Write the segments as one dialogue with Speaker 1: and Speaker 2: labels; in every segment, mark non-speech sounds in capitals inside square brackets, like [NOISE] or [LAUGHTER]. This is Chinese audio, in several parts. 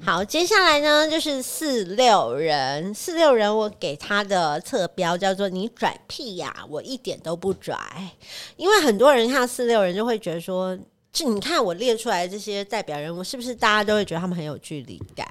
Speaker 1: 好，接下来呢就是四六人，四六人我给他的侧标叫做“你拽屁呀、我一点都不拽，因为很多人看到四六人就会觉得说，这你看我列出来这些代表人物，是不是大家都会觉得他们很有距离感？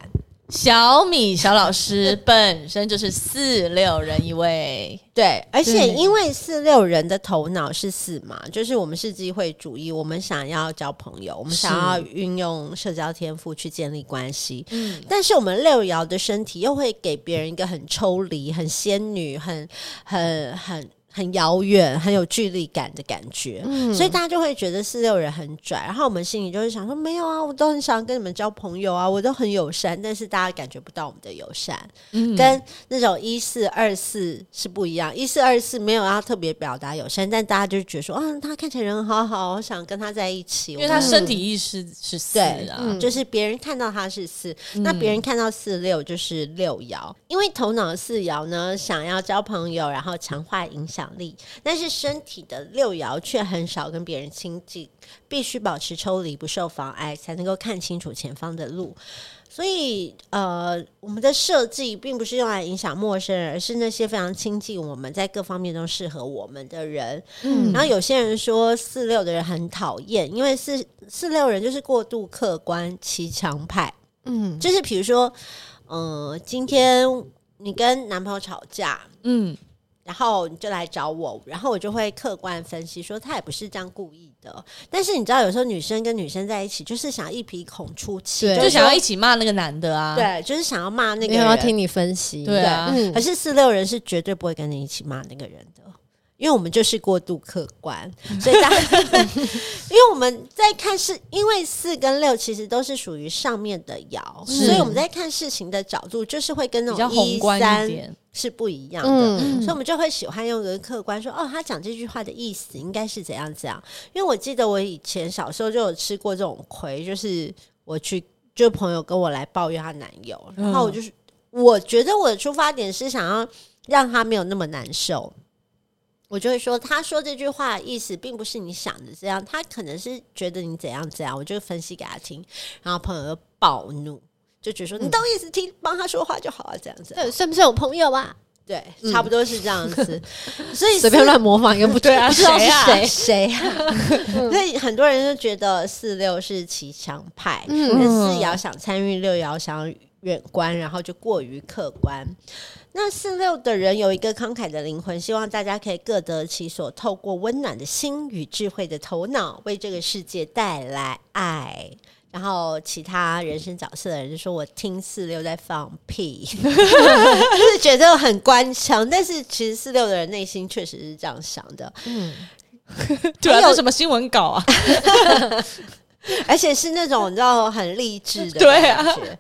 Speaker 2: 小米小老师本身就是四六人一位，
Speaker 1: 对，而且
Speaker 2: 对
Speaker 1: 因为四六人的头脑是四嘛，就是我们是机会主义，我们想要交朋友，我们想要运用社交天赋去建立关系。
Speaker 2: 嗯，
Speaker 1: 但是我们六爻的身体又会给别人一个很抽离、很仙女、很很很很遥远、很有距离感的感觉，
Speaker 2: 嗯
Speaker 1: 所以大家就会觉得四六人很拽。然后我们心里就会想说：没有啊，我都很想跟你们交朋友啊，我都很友善，但是大家感觉不到我们的友善，
Speaker 2: 嗯
Speaker 1: 跟那种一四二四是不一样。一四二四没有要特别表达友善，但大家就觉得说：啊，他看起来人好好，我想跟他在一起，
Speaker 2: 因
Speaker 1: 我
Speaker 2: 为他身体意识是四
Speaker 1: 对
Speaker 2: 啊，
Speaker 1: 嗯就是别人看到他是四、那别人看到四六就是六爻，因为头脑四爻呢想要交朋友，然后强化影响力，但是身体的六爻却很少跟别人亲近，必须保持抽离，不受妨碍，才能够看清楚前方的路。所以，呃，我们的设计并不是用来影响陌生人，而是那些非常亲近我们，在各方面都适合我们的人。嗯，然后有些人说四六的人很讨厌，因为四四六人就是过度客观、骑墙派。嗯，就是比如说，呃，今天你跟男朋友吵架，
Speaker 2: 嗯，
Speaker 1: 然后你就来找我，然后我就会客观分析说他也不是这样故意的。但是你知道，有时候女生跟女生在一起，就是想一鼻孔出气，
Speaker 3: 对
Speaker 2: 就想
Speaker 1: 说
Speaker 2: 要一起骂那个男的啊，
Speaker 1: 对，就是想要骂那个
Speaker 3: 没有要
Speaker 1: 人。
Speaker 3: 听你分析。
Speaker 2: 对啊，
Speaker 3: 嗯
Speaker 1: 可，是四六人是绝对不会跟你一起骂那个人的，因为我们就是过度客观，
Speaker 2: 嗯
Speaker 1: 所以大家， [LAUGHS] 因为我们在看事，因为四跟六其实都是属于上面的爻，
Speaker 2: 是
Speaker 1: 所以我们在看事情的角度就是会跟那
Speaker 2: 嗯比较
Speaker 1: 种
Speaker 2: 宏观一
Speaker 1: 三
Speaker 2: 点，
Speaker 1: 是不一样的。
Speaker 3: 嗯，
Speaker 1: 所以我们就会喜欢用一个客观说，哦，他讲这句话的意思应该是怎样怎样。因为我记得我以前小时候就有吃过这种亏，就是我去就朋友跟我来抱怨她男友，然
Speaker 3: 嗯
Speaker 1: 后我就是、我觉得我的出发点是想要让他没有那么难受。我就会说，他说这句话的意思并不是你想的这样，他可能是觉得你怎样怎样，我就分析给他听，然后朋友就暴怒，就觉得说、你懂意思听，帮他说话就好了，这样子。
Speaker 3: 嗯对，算不算我朋友啊？
Speaker 1: 对，差不多是这样子。所以
Speaker 3: [LAUGHS] 随便乱模仿应该不对啊，
Speaker 1: 不知道
Speaker 3: 谁
Speaker 1: 是
Speaker 3: 啊？
Speaker 1: 谁谁啊？所以很多人就觉得四六是骑墙派，
Speaker 3: 嗯
Speaker 1: 但四爻想参与，六爻想要远观，然后就过于客观。那四六的人有一个慷慨的灵魂，希望大家可以各得其所，透过温暖的心与智慧的头脑，为这个世界带来爱。然后其他人生角色的人就说：“我听四六在放屁，就是觉得很官腔。”但是其实四六的人内心确实是这样想的。
Speaker 2: 对
Speaker 1: 还
Speaker 2: 啊，
Speaker 1: 有
Speaker 2: 这什么新闻稿啊？
Speaker 1: [LAUGHS] 而且是那种你知道很励志的
Speaker 2: [LAUGHS] 对啊
Speaker 1: 感觉。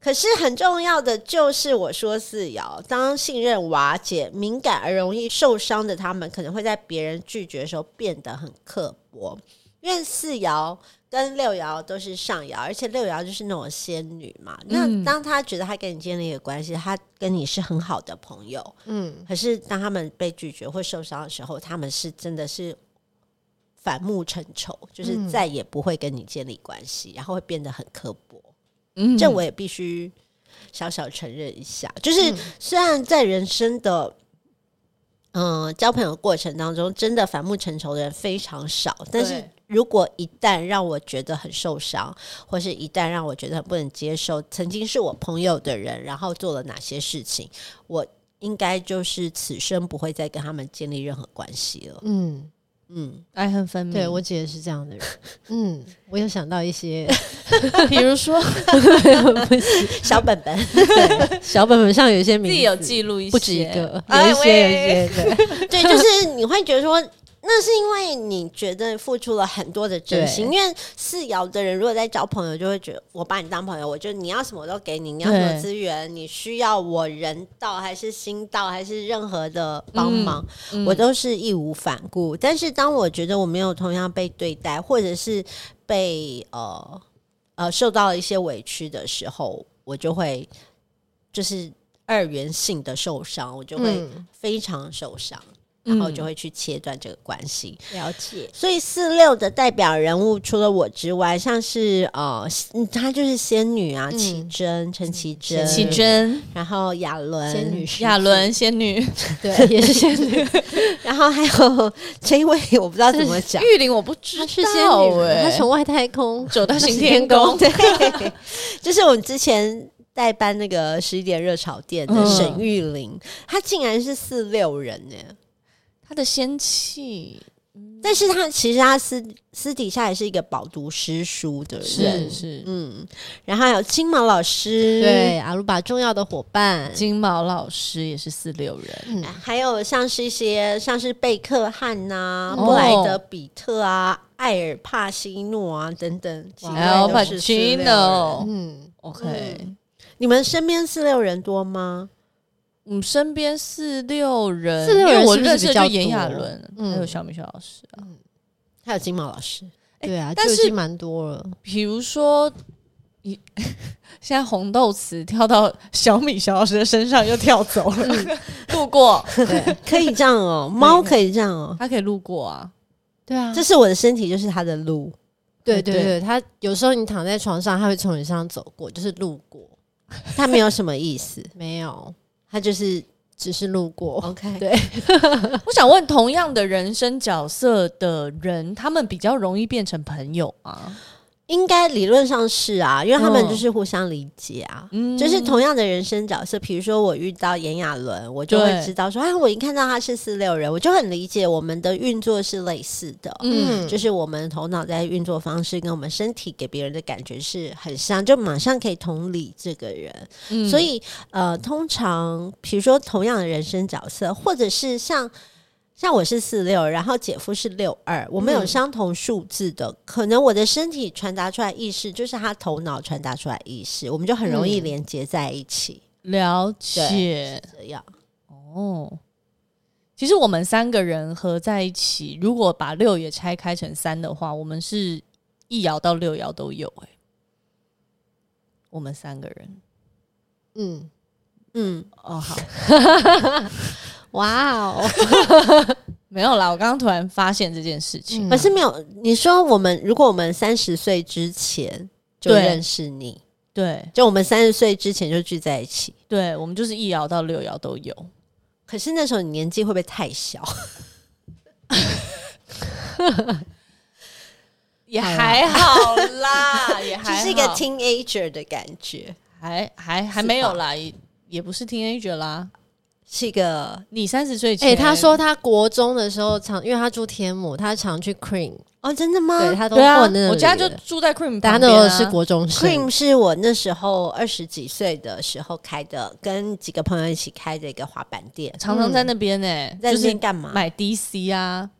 Speaker 1: 可是很重要的就是我说四爻，当信任瓦解、敏感而容易受伤的他们，可能会在别人拒绝的时候变得很刻薄，因为四爻。跟六爻都是上爻，而且六爻就是那种仙女嘛。
Speaker 2: 嗯
Speaker 1: 那当他觉得他跟你建立一个关系，他跟你是很好的朋友，
Speaker 3: [LAUGHS] 嗯，
Speaker 1: 可是当他们被拒绝或受伤的时候，他们是真的是反目成仇，就是再也不会跟你建立关系，然后会变得很刻薄。
Speaker 2: 嗯
Speaker 1: 这我也必须小小承认一下，就是
Speaker 2: 嗯
Speaker 1: 虽然在人生的。嗯，交朋友过程当中，真的反目成仇的人非常少。但是
Speaker 2: 对
Speaker 1: 如果一旦让我觉得很受伤，或是一旦让我觉得很不能接受，曾经是我朋友的人，然后做了哪些事情，我应该就是此生不会再跟他们建立任何关系了。
Speaker 3: 嗯，
Speaker 1: 嗯，
Speaker 2: 爱恨分明。
Speaker 3: 对我姐是这样的人。嗯，我有想到一些
Speaker 2: [LAUGHS] 比如说
Speaker 1: 小本本，
Speaker 3: 对小本本上有一些
Speaker 2: 自
Speaker 3: 名字
Speaker 2: 己有记录一些，
Speaker 3: 不止一个，有
Speaker 2: 哎
Speaker 3: 一些有
Speaker 2: 喂
Speaker 1: [LAUGHS]
Speaker 3: 一些对，
Speaker 1: 对，就是你会觉得说，那是因为你觉得付出了很多的真心，因为四爻的人如果在交朋友，就会觉得我把你当朋友，我就你要什么我都给你，你要什么
Speaker 2: 对
Speaker 1: 资源，你需要我人道还是心道还是任何的帮忙，
Speaker 2: 嗯
Speaker 1: 我都是义无反顾。但是当我觉得我没有同样被对待，或者是被呃呃受到了一些委屈的时候，我就会就是二元性的受伤，我就会
Speaker 3: 嗯
Speaker 1: 非常受伤。
Speaker 2: 嗯
Speaker 1: 然后就会去切断这个关系。
Speaker 3: 了解，
Speaker 1: 所以四六的代表人物除了我之外，像是呃，嗯她就是仙女啊，
Speaker 3: 嗯
Speaker 1: 绮贞、陈绮贞、
Speaker 2: 绮，贞、
Speaker 1: 然后亚纶
Speaker 3: 仙女，是
Speaker 2: 亚纶仙女、
Speaker 3: 对， [LAUGHS] 也是仙女，
Speaker 1: 然后还有这一位我不知道怎么讲，
Speaker 2: 玉玲，我不知
Speaker 3: 她
Speaker 2: 道
Speaker 3: [LAUGHS] 是仙女，
Speaker 2: 哎
Speaker 3: 她从外太空
Speaker 2: 九大行
Speaker 3: 行
Speaker 2: 天
Speaker 3: 天
Speaker 2: 宫
Speaker 3: 宫，
Speaker 1: 对， [LAUGHS] 就是我们之前。代班那个十一点热炒店的沈玉玲，
Speaker 3: 嗯
Speaker 1: 她竟然是四六人呢、
Speaker 2: 她的仙气
Speaker 1: 但是她其实她私私底下也是一个饱读诗书的人，
Speaker 2: 是
Speaker 1: 嗯，然后还有金毛老师，
Speaker 3: 对阿鲁巴重要的伙伴，
Speaker 2: 金毛老师也是四六人，
Speaker 3: 嗯，
Speaker 1: 还有像是一些像是贝克汉呐、
Speaker 2: 哦
Speaker 1: 布莱德比特啊、艾尔帕西诺啊等等，
Speaker 3: 哇
Speaker 1: 几
Speaker 3: 嗯
Speaker 1: 位
Speaker 2: 还有
Speaker 1: 都
Speaker 2: Al
Speaker 1: 是四六人
Speaker 2: Pacino。
Speaker 3: 嗯，
Speaker 2: OK，
Speaker 1: 你们身边四六人多
Speaker 3: [LAUGHS]
Speaker 1: 吗？
Speaker 2: 嗯，身边四六人，
Speaker 3: 四六人
Speaker 2: 因为我
Speaker 3: 是不是
Speaker 2: 认识的
Speaker 3: 比较
Speaker 2: 就炎亚
Speaker 3: 多
Speaker 2: 纶，
Speaker 3: 嗯
Speaker 2: 还有小米小老师啊。
Speaker 1: 还有金毛老师，
Speaker 3: 对啊，
Speaker 2: 但
Speaker 3: 就是已经蛮多了，
Speaker 2: 比如说，一 [LAUGHS] 现在红豆词跳到小米小老师的身上又跳走
Speaker 3: 嗯
Speaker 2: 了， [LAUGHS] 路过，
Speaker 3: 对
Speaker 1: 可以这样哦，猫可以这样哦。
Speaker 2: 他可以路过啊。
Speaker 3: 对啊，
Speaker 1: 这是我的身体，就是他的路。
Speaker 3: 对对
Speaker 2: 对
Speaker 3: 对，他有时候你躺在床上，他会从你身上走过，就是路过，
Speaker 1: 他没有什么意
Speaker 3: [LAUGHS]
Speaker 1: 思，
Speaker 3: 没有，
Speaker 1: 他就是
Speaker 3: 只是路
Speaker 2: 哦
Speaker 3: 过，
Speaker 1: OK。
Speaker 3: 对
Speaker 2: 我想问，同样的人生角色的人，他们比较容易变成朋友啊？
Speaker 1: 应该理论上是啊，因为他
Speaker 3: 哦
Speaker 1: 们
Speaker 2: 嗯
Speaker 1: 就是互相理解啊。
Speaker 2: 嗯
Speaker 1: 就是同样的人生角色，比如说我遇到炎亚纶，我就
Speaker 2: 对
Speaker 1: 会知道说，啊，我一看到他是四六人，我就很理解我们的运作是类似的。
Speaker 2: 嗯
Speaker 1: 就是我们头脑在运作方式跟我们身体给别人的感觉是很像，就马上可以同理这个人。
Speaker 2: 嗯
Speaker 1: 所以呃，通常比如说同样的人生角色，或者是像像我是四六，然后姐夫是六二，我们有
Speaker 3: 嗯
Speaker 1: 相同数字的，可能我的身体传达出来意识就是他头脑传达出来意识，我们就很容易
Speaker 3: 嗯
Speaker 1: 连接在一起。
Speaker 2: 了解
Speaker 1: 这样
Speaker 2: 哦。其实我们三个人合在一起，如果把六也拆开成三的话，我们是一爻到六爻都有哎、我们三个人
Speaker 3: 嗯，
Speaker 1: 嗯，
Speaker 2: 哦，好，
Speaker 3: 哇哦，
Speaker 2: 没有啦，我刚刚突然发现这件事情。
Speaker 3: 嗯
Speaker 1: 可是没有你说我们，如果我们三十岁之前就
Speaker 2: 对
Speaker 1: 认识你，
Speaker 2: 对
Speaker 1: 就我们三十岁之前就聚在一起。
Speaker 2: 对，我们就是一爻到六爻都有。
Speaker 1: 可是那时候你年纪会不会太小？
Speaker 2: 也还好啦， [LAUGHS] 也
Speaker 1: 只
Speaker 2: 还
Speaker 1: 是一个
Speaker 2: 好
Speaker 1: teenager 的感觉，
Speaker 2: 还还还
Speaker 1: 是
Speaker 2: 没有
Speaker 1: 吧
Speaker 2: 啦，也也不是 teenager 啦。
Speaker 1: 是一个
Speaker 2: 你三十岁前，
Speaker 3: 哎、他说他国中的时候常，因为他住天母，他常去 Cream，、
Speaker 1: 哦，真的吗？
Speaker 3: 对他都
Speaker 2: 对啊
Speaker 3: 过那、，
Speaker 2: 我家就住在 Cream
Speaker 3: 大家
Speaker 2: 旁
Speaker 3: 那
Speaker 2: 边啊，
Speaker 3: 时候是国中生
Speaker 1: Cream 是我那时候二十几岁的时候开的，跟几个朋友一起开的一个滑板店。
Speaker 2: 常常在那边呢，
Speaker 1: 嗯在
Speaker 2: 就
Speaker 1: 那
Speaker 2: 是
Speaker 1: 边干嘛？
Speaker 2: 买 DC 啊，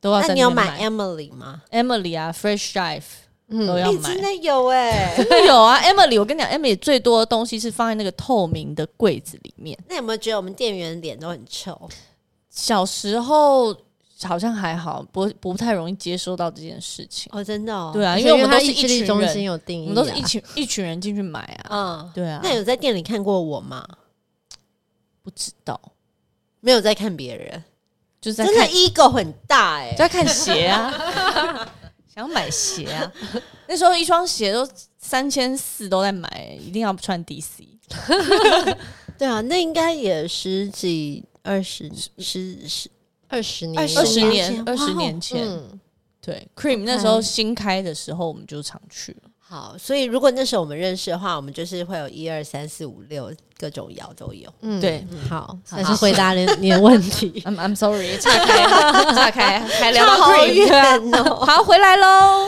Speaker 2: 都要
Speaker 1: 那
Speaker 2: 在
Speaker 1: 你有
Speaker 2: 边
Speaker 1: 买 Emily 吗？
Speaker 2: Emily 啊，Fresh Drive 都
Speaker 3: 嗯，
Speaker 2: 要
Speaker 1: 哎，
Speaker 2: 买
Speaker 1: 真。
Speaker 2: [LAUGHS]
Speaker 1: 的有哎、
Speaker 2: 有啊，Emily，我跟你讲，Emily 最多的东西是放在那个透明的柜子里面。
Speaker 1: 那有没有觉得我们店员脸都很臭？
Speaker 2: 小时候好像还好，不不太容易接收到这件事情。
Speaker 1: 哦，真的哦。
Speaker 2: 对，啊，
Speaker 3: 而
Speaker 2: 因
Speaker 3: 且
Speaker 2: 为我们
Speaker 3: 他
Speaker 2: 都是
Speaker 3: 意
Speaker 2: 一
Speaker 3: 志
Speaker 2: 群
Speaker 3: 力中心
Speaker 2: 人，
Speaker 3: 有
Speaker 2: 我
Speaker 3: 定义、啊，
Speaker 2: 们都是一群一群人进去买啊。
Speaker 1: 嗯，
Speaker 2: 对啊，
Speaker 1: 哎那有在店里看过我吗？
Speaker 2: 不知道，
Speaker 1: 没有在看别人，
Speaker 2: 就是在
Speaker 1: 真的
Speaker 2: 看
Speaker 1: ego 很大哎、
Speaker 2: 在看鞋啊， [LAUGHS] 想买鞋啊。那时候一双鞋都三千四都在买，一定要穿 DC。
Speaker 1: 对啊，那应该也十几、二十、十十
Speaker 3: 二十年，
Speaker 1: 20
Speaker 2: 二十
Speaker 1: 年
Speaker 2: 年，
Speaker 1: 前
Speaker 2: 二十
Speaker 1: 哇哦
Speaker 2: 年前，
Speaker 3: 嗯，
Speaker 2: 对，Cream 那时候新开的时候，我们就常去了。
Speaker 1: 好，所以如果那时候我们认识的话，我们就是会有一二三四五六各种爻都有。
Speaker 3: 嗯
Speaker 2: 对，
Speaker 3: 好，
Speaker 2: 好。
Speaker 3: 还是回答了你的问题
Speaker 2: I'm I'm sorry，岔开岔开，还聊到嗯
Speaker 1: 好
Speaker 2: green，对啊
Speaker 1: 远哦
Speaker 2: 好回来喽。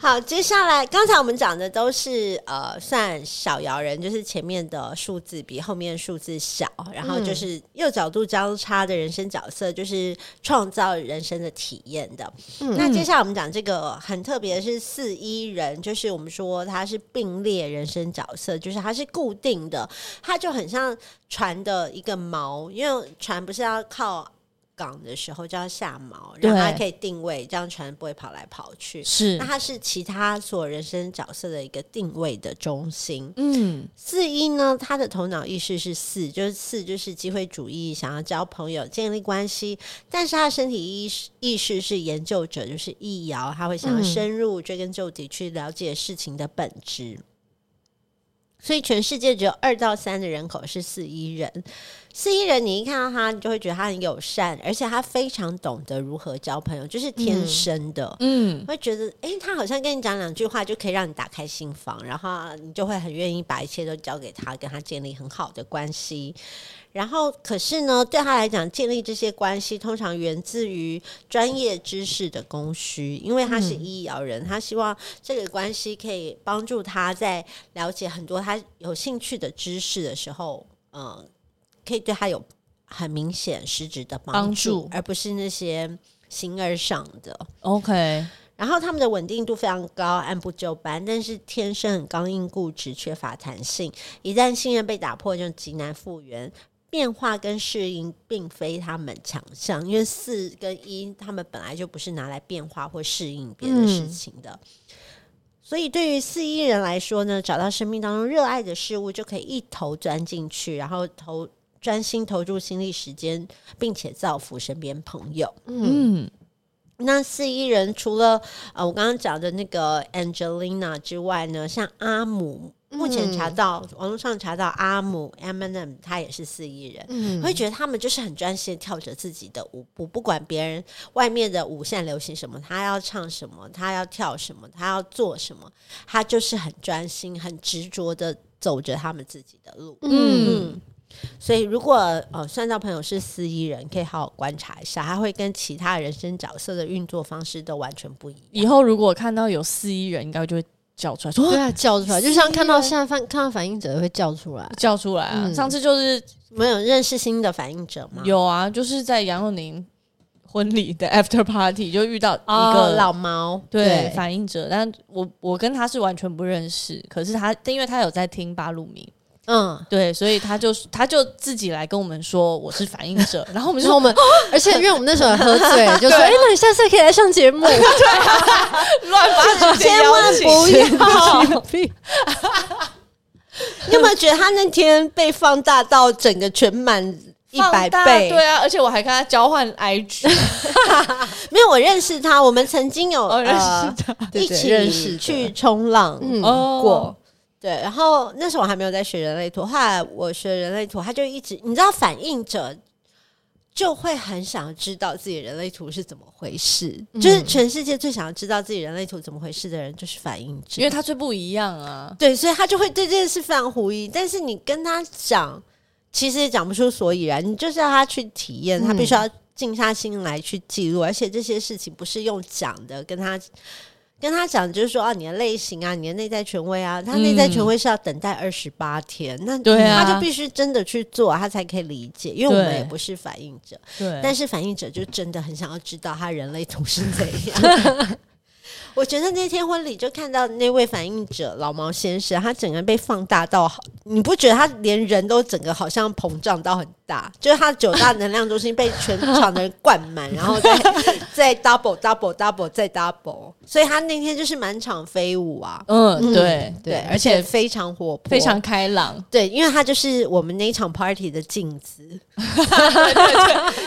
Speaker 1: 好，接下来刚才我们讲的都是呃，算小摇人，就是前面的数字比后面数字小，然后就是右角度交叉的人生角色，就是创造人生的体验的。嗯那接下来我们讲这个很特别的是四一人，就是我们说他是并列人生角色，就是他是固定的，它就很像船的一个锚，因为船不是要靠。港的时候就要下锚，然后它
Speaker 2: 对
Speaker 1: 可以定位，这样船不会跑来跑去。
Speaker 2: 是
Speaker 1: 那，它是其他所有人生角色的一个定位的中心。
Speaker 2: 嗯，
Speaker 1: 四一呢，他的头脑意识是四，就是四就是机会主义，想要交朋友、建立关系，但是他身体意识意识是研究者，就是易遥，他会想要深入追根究底去了解事情的本质。所以全世界只有二到三的人口是四一人，四一人你一看到他，你就会觉得他很友善，而且他非常懂得如何交朋友，就是天生的。
Speaker 2: 嗯，
Speaker 1: 会觉得，诶，他好像跟你讲两句话就可以让你打开心房，然后你就会很愿意把一切都交给他，跟他建立很好的关系。然后，可是呢，对他来讲，建立这些关系通常源自于专业知识的供需，因为他是医疗人，他希望这个关系可以帮助他在了解很多他有兴趣的知识的时候，嗯、可以对他有很明显实质的帮
Speaker 2: 帮
Speaker 1: 助，
Speaker 2: 助
Speaker 1: 而不是那些形而上的。
Speaker 2: OK，
Speaker 1: 然后他们的稳定度非常高，按部就班，但是天生很刚硬固执，缺乏弹性。一旦信任被打破，就极难复原。变化跟适应并非他们强项，因为四跟一他们本来就不是拿来变化或适应别的事情的。所以，对于四一人来说呢，找到生命当中热爱的事物，就可以一头钻进去，然后投专心投入心力、时间，并且造福身边朋友。
Speaker 2: 嗯，
Speaker 1: 那四一人除了呃我刚刚讲的那个 Angelina 之外呢，像阿姆，目前查到、网络上查到阿姆 Eminem，他也是四一人。
Speaker 3: 嗯
Speaker 1: 会觉得他们就是很专心地跳着自己的舞步，不管别人外面的舞现在流行什么，他要唱什么，他要跳什么，他要做什么，他就是很专心、很执着的走着他们自己的路。
Speaker 2: 嗯
Speaker 1: 嗯，所以如果呃算到朋友是四一人，可以好好观察一下，他会跟其他人生角色的运作方式都完全不一
Speaker 2: 以
Speaker 1: 样。
Speaker 2: 后如果看到有四一人，应该就会叫出来说
Speaker 3: [LAUGHS] 对
Speaker 2: 哇
Speaker 3: 啊，叫出来，就像看到现在反看到反应者会叫出来。
Speaker 2: [GASPS] 叫出来啊。
Speaker 3: 嗯
Speaker 2: 上次就是
Speaker 1: 你们有认识新的反应者吗？
Speaker 2: 有啊，就是在杨佑宁婚礼的 after party 就遇到
Speaker 1: 一
Speaker 2: 一
Speaker 1: 个
Speaker 2: 个
Speaker 1: 老猫，
Speaker 2: 哦对
Speaker 3: 对
Speaker 2: 反应者，但我我跟他是完全不认识，可是他因为他有在听八路迷， [LAUGHS]
Speaker 1: 嗯，
Speaker 2: 对，所以他就他就自己来跟我们说我是啊反应者，然后我们
Speaker 3: 然
Speaker 2: 就
Speaker 3: 后
Speaker 2: 说
Speaker 3: 我们，而且因为我们那时候喝
Speaker 2: [LAUGHS]
Speaker 3: 醉，就说：“哎、那你下次可以来上节目。
Speaker 2: 乱
Speaker 1: [LAUGHS]
Speaker 2: 发
Speaker 1: 千万不要！
Speaker 2: [LAUGHS]
Speaker 1: 你有没有觉得他那天被放大到整个全满一百
Speaker 2: 放大
Speaker 1: 倍？
Speaker 2: 对啊，而且我还跟他交换 IG，
Speaker 1: 没有，我认识他，我们曾经有、
Speaker 2: 哦，认
Speaker 1: 呃
Speaker 2: 识他，
Speaker 3: 对
Speaker 1: 一
Speaker 3: 对
Speaker 1: 起
Speaker 3: 认识的
Speaker 1: 去冲浪，
Speaker 3: 嗯
Speaker 2: 哦
Speaker 1: 过，对，然后那时候我还没有在学人类图，后来我学人类图，他就一直你知道反应者就会很想知道自己人类图是怎么回事，就是全世界最想要知道自己人类图怎么回事的人就是反应者，
Speaker 2: 因为他最不一样啊，
Speaker 1: 对，所以他就会对这件事非常狐疑。但是你跟他讲，其实也讲不出所以然，你就是要他去体验，他必
Speaker 2: 嗯
Speaker 1: 须要静下心来去记录，而且这些事情不是用讲的，跟他。跟他讲就是说啊，你的类型啊，你的内在权威啊，他内在权威是要等待二十八天，那
Speaker 2: 嗯对啊
Speaker 1: 他就必须真的去做，他才可以理解，因为我们也不是反应者，
Speaker 2: 对
Speaker 1: 但是反应者就真的很想要知道他人类图是怎样。我觉得那天婚礼就看到那位反应者老毛先生，他整个人被放大到好，你不觉得他连人都整个好像膨胀到很大？就是他九大能量中心被全场的人灌满，然后再再 double double double 再 double，所以他那天就是满场飞舞啊，
Speaker 2: 嗯，对
Speaker 3: 对
Speaker 1: 而且非常活泼，
Speaker 2: 非常开朗，
Speaker 1: 对，因为他就是我们那一场 party 的镜
Speaker 2: [LAUGHS]
Speaker 1: 子，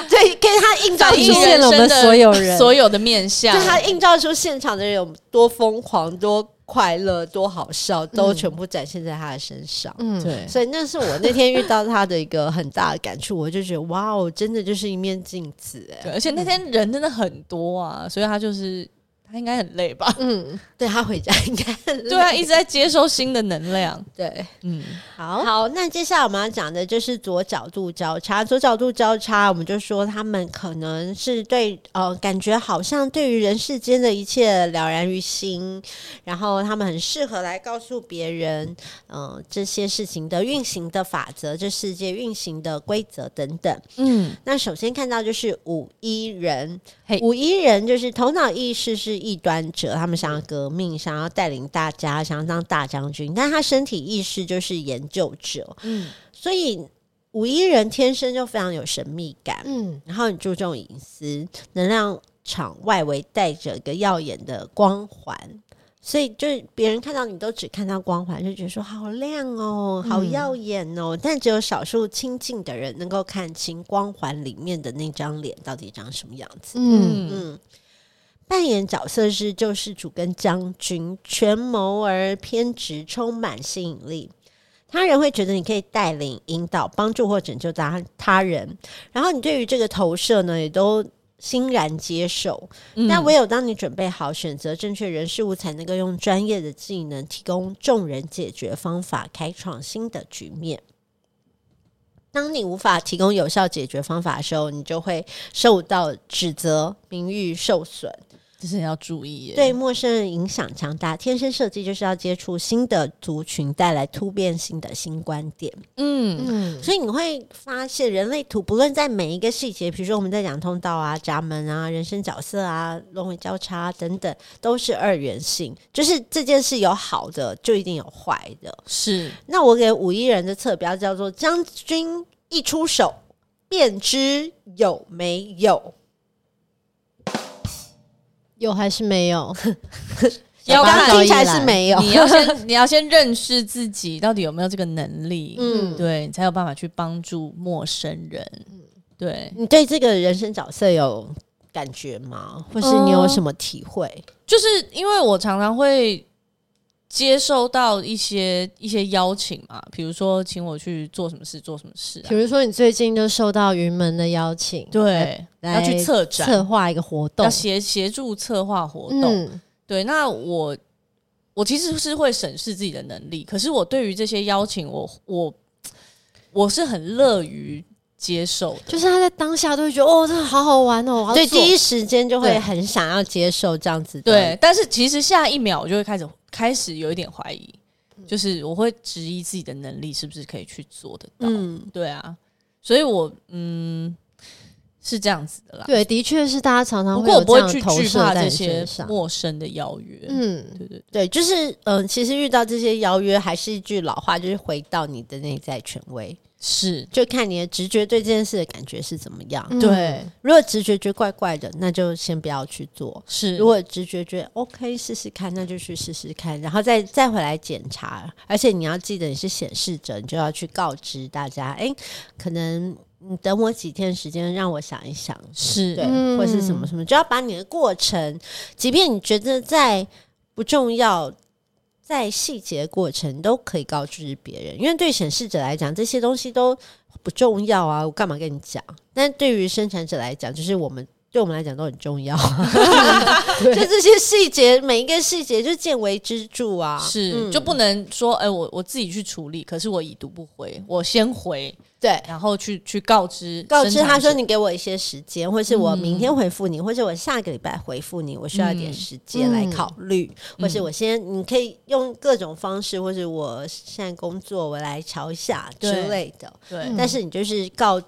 Speaker 1: 对，跟他映照
Speaker 2: 反
Speaker 1: 出
Speaker 2: 映
Speaker 3: 映现了我们
Speaker 2: 人生的
Speaker 3: 所有人
Speaker 2: 所有的面相
Speaker 1: 对，他映照出现场的人有多疯狂、多快乐、多好笑，都全部展现在他的身上”。
Speaker 3: 嗯，
Speaker 2: 对，
Speaker 1: 所以那是我那天遇到他的一个很大的感触，我就觉得哇哦，真的就是一面镜子哎、
Speaker 2: 对，而且那天人真的很多啊，所以他就是他他应该很累吧？
Speaker 1: 嗯，对他回家应该很累
Speaker 2: 对啊，一直在接收新的能量。
Speaker 1: [LAUGHS] 对。
Speaker 2: 嗯，
Speaker 3: 好，
Speaker 1: 好，那接下来我们要讲的就是左角度交叉。左角度交叉，我们就说他们可能是对呃，感觉好像对于人世间的一切了然于心，然后他们很适合来告诉别人，嗯、这些事情的运行的法则，这世界运行的规则等等。
Speaker 2: 嗯，
Speaker 1: 那首先看到就是五一人
Speaker 2: 嘿，
Speaker 1: 五一人就是头脑意识是异端者，他们想要革命，想要带领大家，想要当大将军，但他身体意识就是研究者，
Speaker 2: 嗯
Speaker 1: 嗯，所以五一人天生就非常有神秘感，
Speaker 3: 嗯，
Speaker 1: 然后很注重隐私，能量场外围带着一个耀眼的光环，所以就是别人看到你都只看到光环，就觉得说好亮哦，好耀眼哦。但只有少数亲近的人能够看清光环里面的那张脸到底长什么样子。
Speaker 3: 嗯，
Speaker 1: 嗯，扮演角色是救世主跟将军，权谋而偏执，充满吸引力。他人会觉得你可以带领、引导、帮助或拯救他他人，然后你对于这个投射呢，也都欣然接受。
Speaker 2: 嗯
Speaker 1: 但唯有当你准备好选择正确人事物，才能够用专业的技能提供众人解决方法，开创新的局面。当你无法提供有效解决方法的时候，你就会受到指责，名誉受损。
Speaker 2: 这是要注意耶。
Speaker 1: 对陌生人影响强大，天生设计就是要接触新的族群，带来突变性的新观点。
Speaker 2: 嗯，
Speaker 3: 嗯，
Speaker 1: 所以你会发现，人类图不论在每一个细节，比如说我们在讲通道啊、闸门啊、人生角色啊、轮回交叉、等等，都是二元性，就是这件事有好的，就一定有坏的。
Speaker 2: 是
Speaker 1: 那我给五一人的侧标叫做“将军一出手，便知有没有
Speaker 3: 有还是
Speaker 1: [LAUGHS]
Speaker 3: 没有？
Speaker 2: 要
Speaker 3: 小八
Speaker 2: 看
Speaker 1: 刚
Speaker 3: 早
Speaker 1: 听
Speaker 3: 已
Speaker 1: 起来
Speaker 3: 来
Speaker 1: 是没有，
Speaker 2: 你要先 [LAUGHS] 你要先认识自己到底有没有这个能力，
Speaker 1: 嗯
Speaker 2: 对，你才有办法去帮助陌生人。对，
Speaker 1: 你对这个人生角色有感觉吗？或是你有什么体会？
Speaker 2: 就是因为我常常会接收到一些一些邀请嘛，比如说请我去做什么事，做什么事、啊
Speaker 3: 比，如说你最近就受到云门的邀请，
Speaker 2: 对，
Speaker 3: 来
Speaker 2: 要去策展，
Speaker 3: 策划一个活动
Speaker 2: 要，协协助策划活动。
Speaker 3: 嗯
Speaker 2: 对，那我我其实是会审视自己的能力，可是我对于这些邀请，我我我是很乐于接受的。
Speaker 3: 就是他在当下都会觉得哦，这个好好玩哦，我要
Speaker 1: 对，
Speaker 3: 做
Speaker 1: 第一时间就会
Speaker 2: 对
Speaker 1: 很想要接受这样子的
Speaker 2: 对，但是其实下一秒我就会开始开始有一点怀疑，
Speaker 3: 嗯
Speaker 2: 就是我会质疑自己的能力是不是可以去做得到。
Speaker 1: 嗯，
Speaker 2: 对啊，所以我嗯是这样子的啦。
Speaker 3: 对，的确是大家常常
Speaker 2: 不
Speaker 3: 会
Speaker 2: 过我
Speaker 3: 有
Speaker 2: 不会
Speaker 3: 这样
Speaker 2: 去
Speaker 3: 的投
Speaker 2: 惧
Speaker 3: 射
Speaker 2: 怕
Speaker 3: 在
Speaker 2: 这
Speaker 3: 你
Speaker 2: 些
Speaker 3: 身上，
Speaker 2: 陌生的邀约。
Speaker 3: 嗯，
Speaker 2: 对对对，
Speaker 1: 对，就是嗯、呃其实遇到这些邀约，还是一句老话，就是回到你的内在权威，
Speaker 2: 是，
Speaker 1: 就看你的直觉对这件事的感觉是怎么样。
Speaker 3: 嗯
Speaker 2: 对，
Speaker 1: 如果直觉觉得怪怪的，那就先不要去做；
Speaker 2: 是
Speaker 1: 如果直觉觉得 OK，试试看，那就去试试看，然后再再回来检查。而且你要记得你是显示者，你就要去告知大家，哎、可能你等我几天时间，让我想一想。
Speaker 2: 是，
Speaker 1: 对，
Speaker 3: 嗯
Speaker 1: 或是什么什么，就要把你的过程，即便你觉得在不重要，在细节过程都可以告知别人，因为对显示者来讲，这些东西都不重要啊，我干嘛跟你讲？但对于生产者来讲，就是我们。对我们来讲都很重
Speaker 2: [LAUGHS]
Speaker 1: 要、啊， [LAUGHS] 就这些细节，每一个细节就见微知著啊，
Speaker 2: 是，
Speaker 1: 嗯
Speaker 2: 就不能说，哎、我我自己去处理，可是我已读不回，我先回，
Speaker 1: 对。
Speaker 2: 然后去去告知
Speaker 1: 嗯告知
Speaker 2: 生产
Speaker 1: 他说
Speaker 2: 者
Speaker 1: 你给我一些时间，或是我
Speaker 2: 嗯
Speaker 1: 明天回复你，或是我下个礼拜回复你，我需要一点
Speaker 2: 嗯
Speaker 1: 时间来考虑，
Speaker 2: 嗯
Speaker 1: 或是我先你可以用各种方式，或是我现在工作我来瞧一下之
Speaker 2: 对
Speaker 1: 类的。
Speaker 2: 对、
Speaker 3: 嗯
Speaker 1: 但是你就是告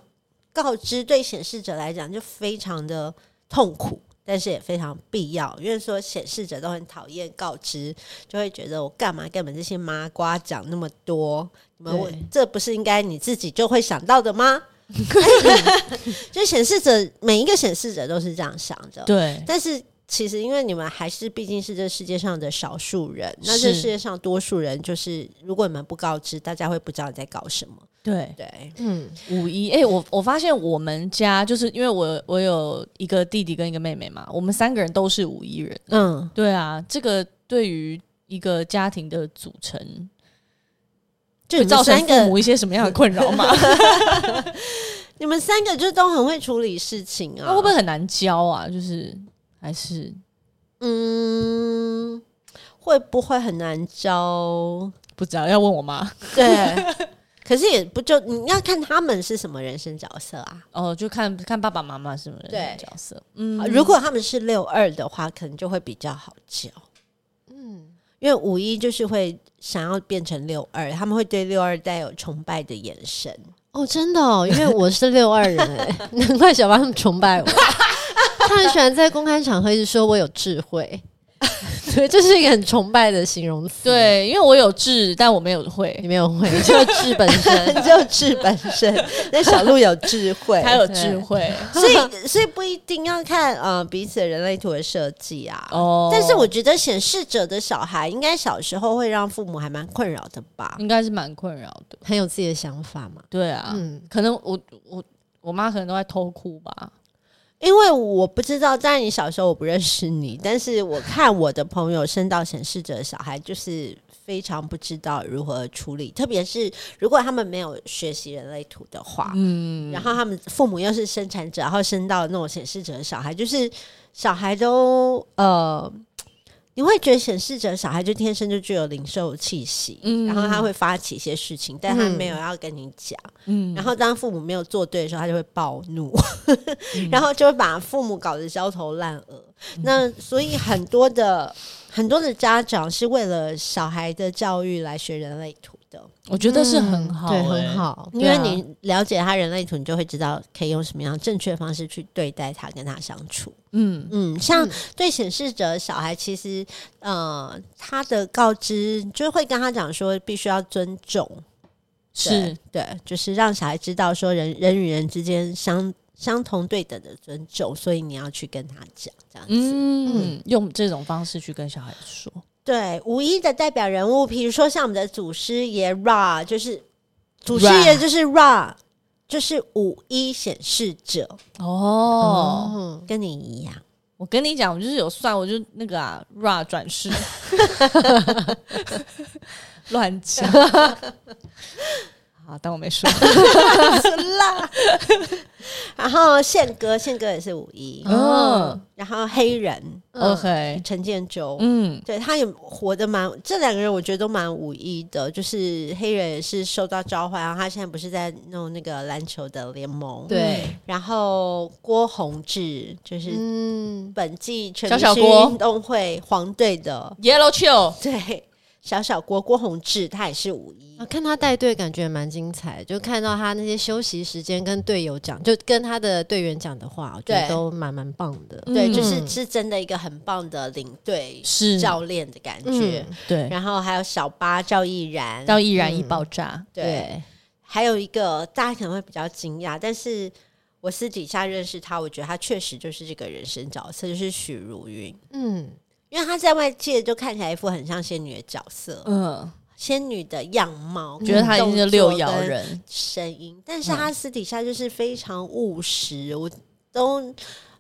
Speaker 1: 告知，对显示者来讲就非常的痛苦。但是也非常必要，因为说显示者都很讨厌告知，就会觉得我干嘛跟你们这些麻瓜讲那么多？你们
Speaker 2: 对
Speaker 1: 我这不是应该你自己就会想到的
Speaker 2: [LAUGHS]
Speaker 1: 吗？就显示者每一个显示者都是这样想的，
Speaker 2: 对，
Speaker 1: 但是其实因为你们还是毕竟是这世界上的少数人，那这
Speaker 2: 是
Speaker 1: 世界上多数人就是如果你们不告知，大家会不知道你在搞什么。
Speaker 2: 对，
Speaker 1: 对，
Speaker 3: 嗯
Speaker 2: 五一，哎、我我发现我们家就是因为我我有一个弟弟跟一个妹妹嘛，我们三个人都是五一人，
Speaker 1: 嗯，
Speaker 2: 对啊，这个对于一个家庭的组成
Speaker 1: 就
Speaker 2: 会
Speaker 1: 你们
Speaker 2: 造成
Speaker 1: 三
Speaker 2: 父
Speaker 1: 个，
Speaker 2: 母一些什么样的困扰吗？ [LAUGHS]
Speaker 1: 你们三个就都很会处理事情啊，
Speaker 2: 那会不会很难教啊？就是还是
Speaker 1: 嗯，会不会很难教？
Speaker 2: 不知道要问我妈。
Speaker 1: 对， [LAUGHS] 可是也不就你要看他们是什么人生角色啊。
Speaker 2: 哦，就看看爸爸妈妈是不是
Speaker 1: 对
Speaker 2: 角色。嗯，
Speaker 1: 如果他们是六二的话，可能就会比较好教，
Speaker 3: 嗯，
Speaker 1: 因为五一就是会想要变成六二，他们会对六二带有崇拜的眼神。
Speaker 3: 哦，真的哦，因为我是六二人哎，难怪小八他们崇拜我，他很喜欢在公开场合一直说我有智慧，对，这是一个很崇拜的形容词。，
Speaker 2: 对，因为我有智，但我没有
Speaker 3: 你
Speaker 2: 会，
Speaker 3: 没有会，就智本
Speaker 2: [LAUGHS]
Speaker 3: 身。
Speaker 1: 就智本身， [LAUGHS] 那小鹿有智慧，
Speaker 2: 他有智慧
Speaker 1: 所
Speaker 3: [LAUGHS]
Speaker 1: 以所以不一定要看呃彼此的人类图的设计啊。
Speaker 2: 哦。
Speaker 1: 但是我觉得显示者的小孩应该小时候会让父母还蛮困扰的吧？
Speaker 2: 应该是蛮困扰的。
Speaker 3: 嗯很有自己的想法嘛，
Speaker 2: 对啊，
Speaker 3: 嗯
Speaker 2: 可能我我我妈可能都在偷哭吧。
Speaker 1: 因为我不知道，在你小时候我不认识你，但是我看我的朋友生到显示者的小孩，就是非常不知道如何处理，特别是如果他们没有学习人类图的话，
Speaker 2: 嗯，
Speaker 1: 然后他们父母又是生产者，然后生到那种显示者的小孩，就是小孩都呃，你会觉得显示者小孩就天生就具有零售气息，
Speaker 2: 嗯
Speaker 1: 然后他会发起一些事情，但他没有要跟你讲，
Speaker 2: 嗯
Speaker 1: 然后当父母没有做对的时候，他就会暴怒，[LAUGHS]
Speaker 2: 嗯
Speaker 1: 然后就会把父母搞得焦头烂额。那所以很多的很多的家长是为了小孩的教育来学人类图的。
Speaker 2: 我觉得是很好、
Speaker 3: 嗯对，
Speaker 2: 欸
Speaker 3: 很。好。
Speaker 1: 因
Speaker 2: 对
Speaker 1: 为
Speaker 2: 啊
Speaker 1: 你了解他人类图，你就会知道可以用什么样正确的方式去对待他，跟他相处。
Speaker 2: 嗯，
Speaker 1: 嗯，像
Speaker 3: 嗯
Speaker 1: 对显示者的小孩，其实呃，他的告知就会跟他讲说，必须要尊重，对
Speaker 2: 是
Speaker 1: 对，就是让小孩知道说人人与人之间相相同对等的尊重，所以你要去跟他讲这样子。
Speaker 2: 嗯，用这种方式去跟小孩说，
Speaker 1: 对，五一的代表人物，比如说像我们的祖师爷 Ra，就是祖师
Speaker 2: Ra
Speaker 1: 爷就是 Ra，就是五一显示者，
Speaker 2: 哦，
Speaker 3: 哦，
Speaker 1: 跟你一样。
Speaker 2: 我跟你讲，我就是有算，我就那个啊，ra 转世， [LAUGHS] 乱讲。好，当我没说。
Speaker 1: 然后宪哥，宪哥也是五一，
Speaker 2: 嗯
Speaker 1: 然后黑人
Speaker 2: ，OK，
Speaker 1: 陈建州。
Speaker 2: 嗯，
Speaker 1: 对，他也活得蛮，这两个人我觉得都蛮五一的，就是黑人也是受到召唤，然后他现在不是在弄那个篮球的联盟，
Speaker 3: 对，
Speaker 1: 然后郭宏志就是
Speaker 3: 嗯，
Speaker 1: 本季全明
Speaker 2: 小小
Speaker 1: 星
Speaker 2: 郭
Speaker 1: 运动会黄队的， [LAUGHS]
Speaker 2: Yellow Chill，
Speaker 1: 对，小小郭郭宏志他也是五一
Speaker 2: 嗯
Speaker 3: 啊，看他带队感觉蛮精彩，就看到他那些休息时间跟队友讲，就跟他的队员讲的话，我觉
Speaker 1: 对
Speaker 3: 得都蛮蛮棒的。
Speaker 1: 对，
Speaker 2: 嗯
Speaker 1: 就是是真的一个很棒的领队
Speaker 2: 是
Speaker 1: 教练的感觉。
Speaker 3: 嗯，
Speaker 2: 对，
Speaker 1: 然后还有小八赵毅然，
Speaker 2: 到易燃易
Speaker 3: 嗯
Speaker 2: 爆炸，
Speaker 1: 对，
Speaker 3: 对，
Speaker 1: 还有一个大家可能会比较惊讶，但是我私底下认识他，我觉得他确实就是这个人生角色，就是许茹芸。
Speaker 3: 嗯，
Speaker 1: 因为他在外界就看起来一副很像仙女的角色，
Speaker 2: 嗯，
Speaker 1: 仙女的样貌，
Speaker 2: 觉得他已经是六
Speaker 1: 嗯
Speaker 2: 爻
Speaker 1: 动作跟
Speaker 2: 人，嗯
Speaker 1: 声音，但是他私底下就是非常务实，我都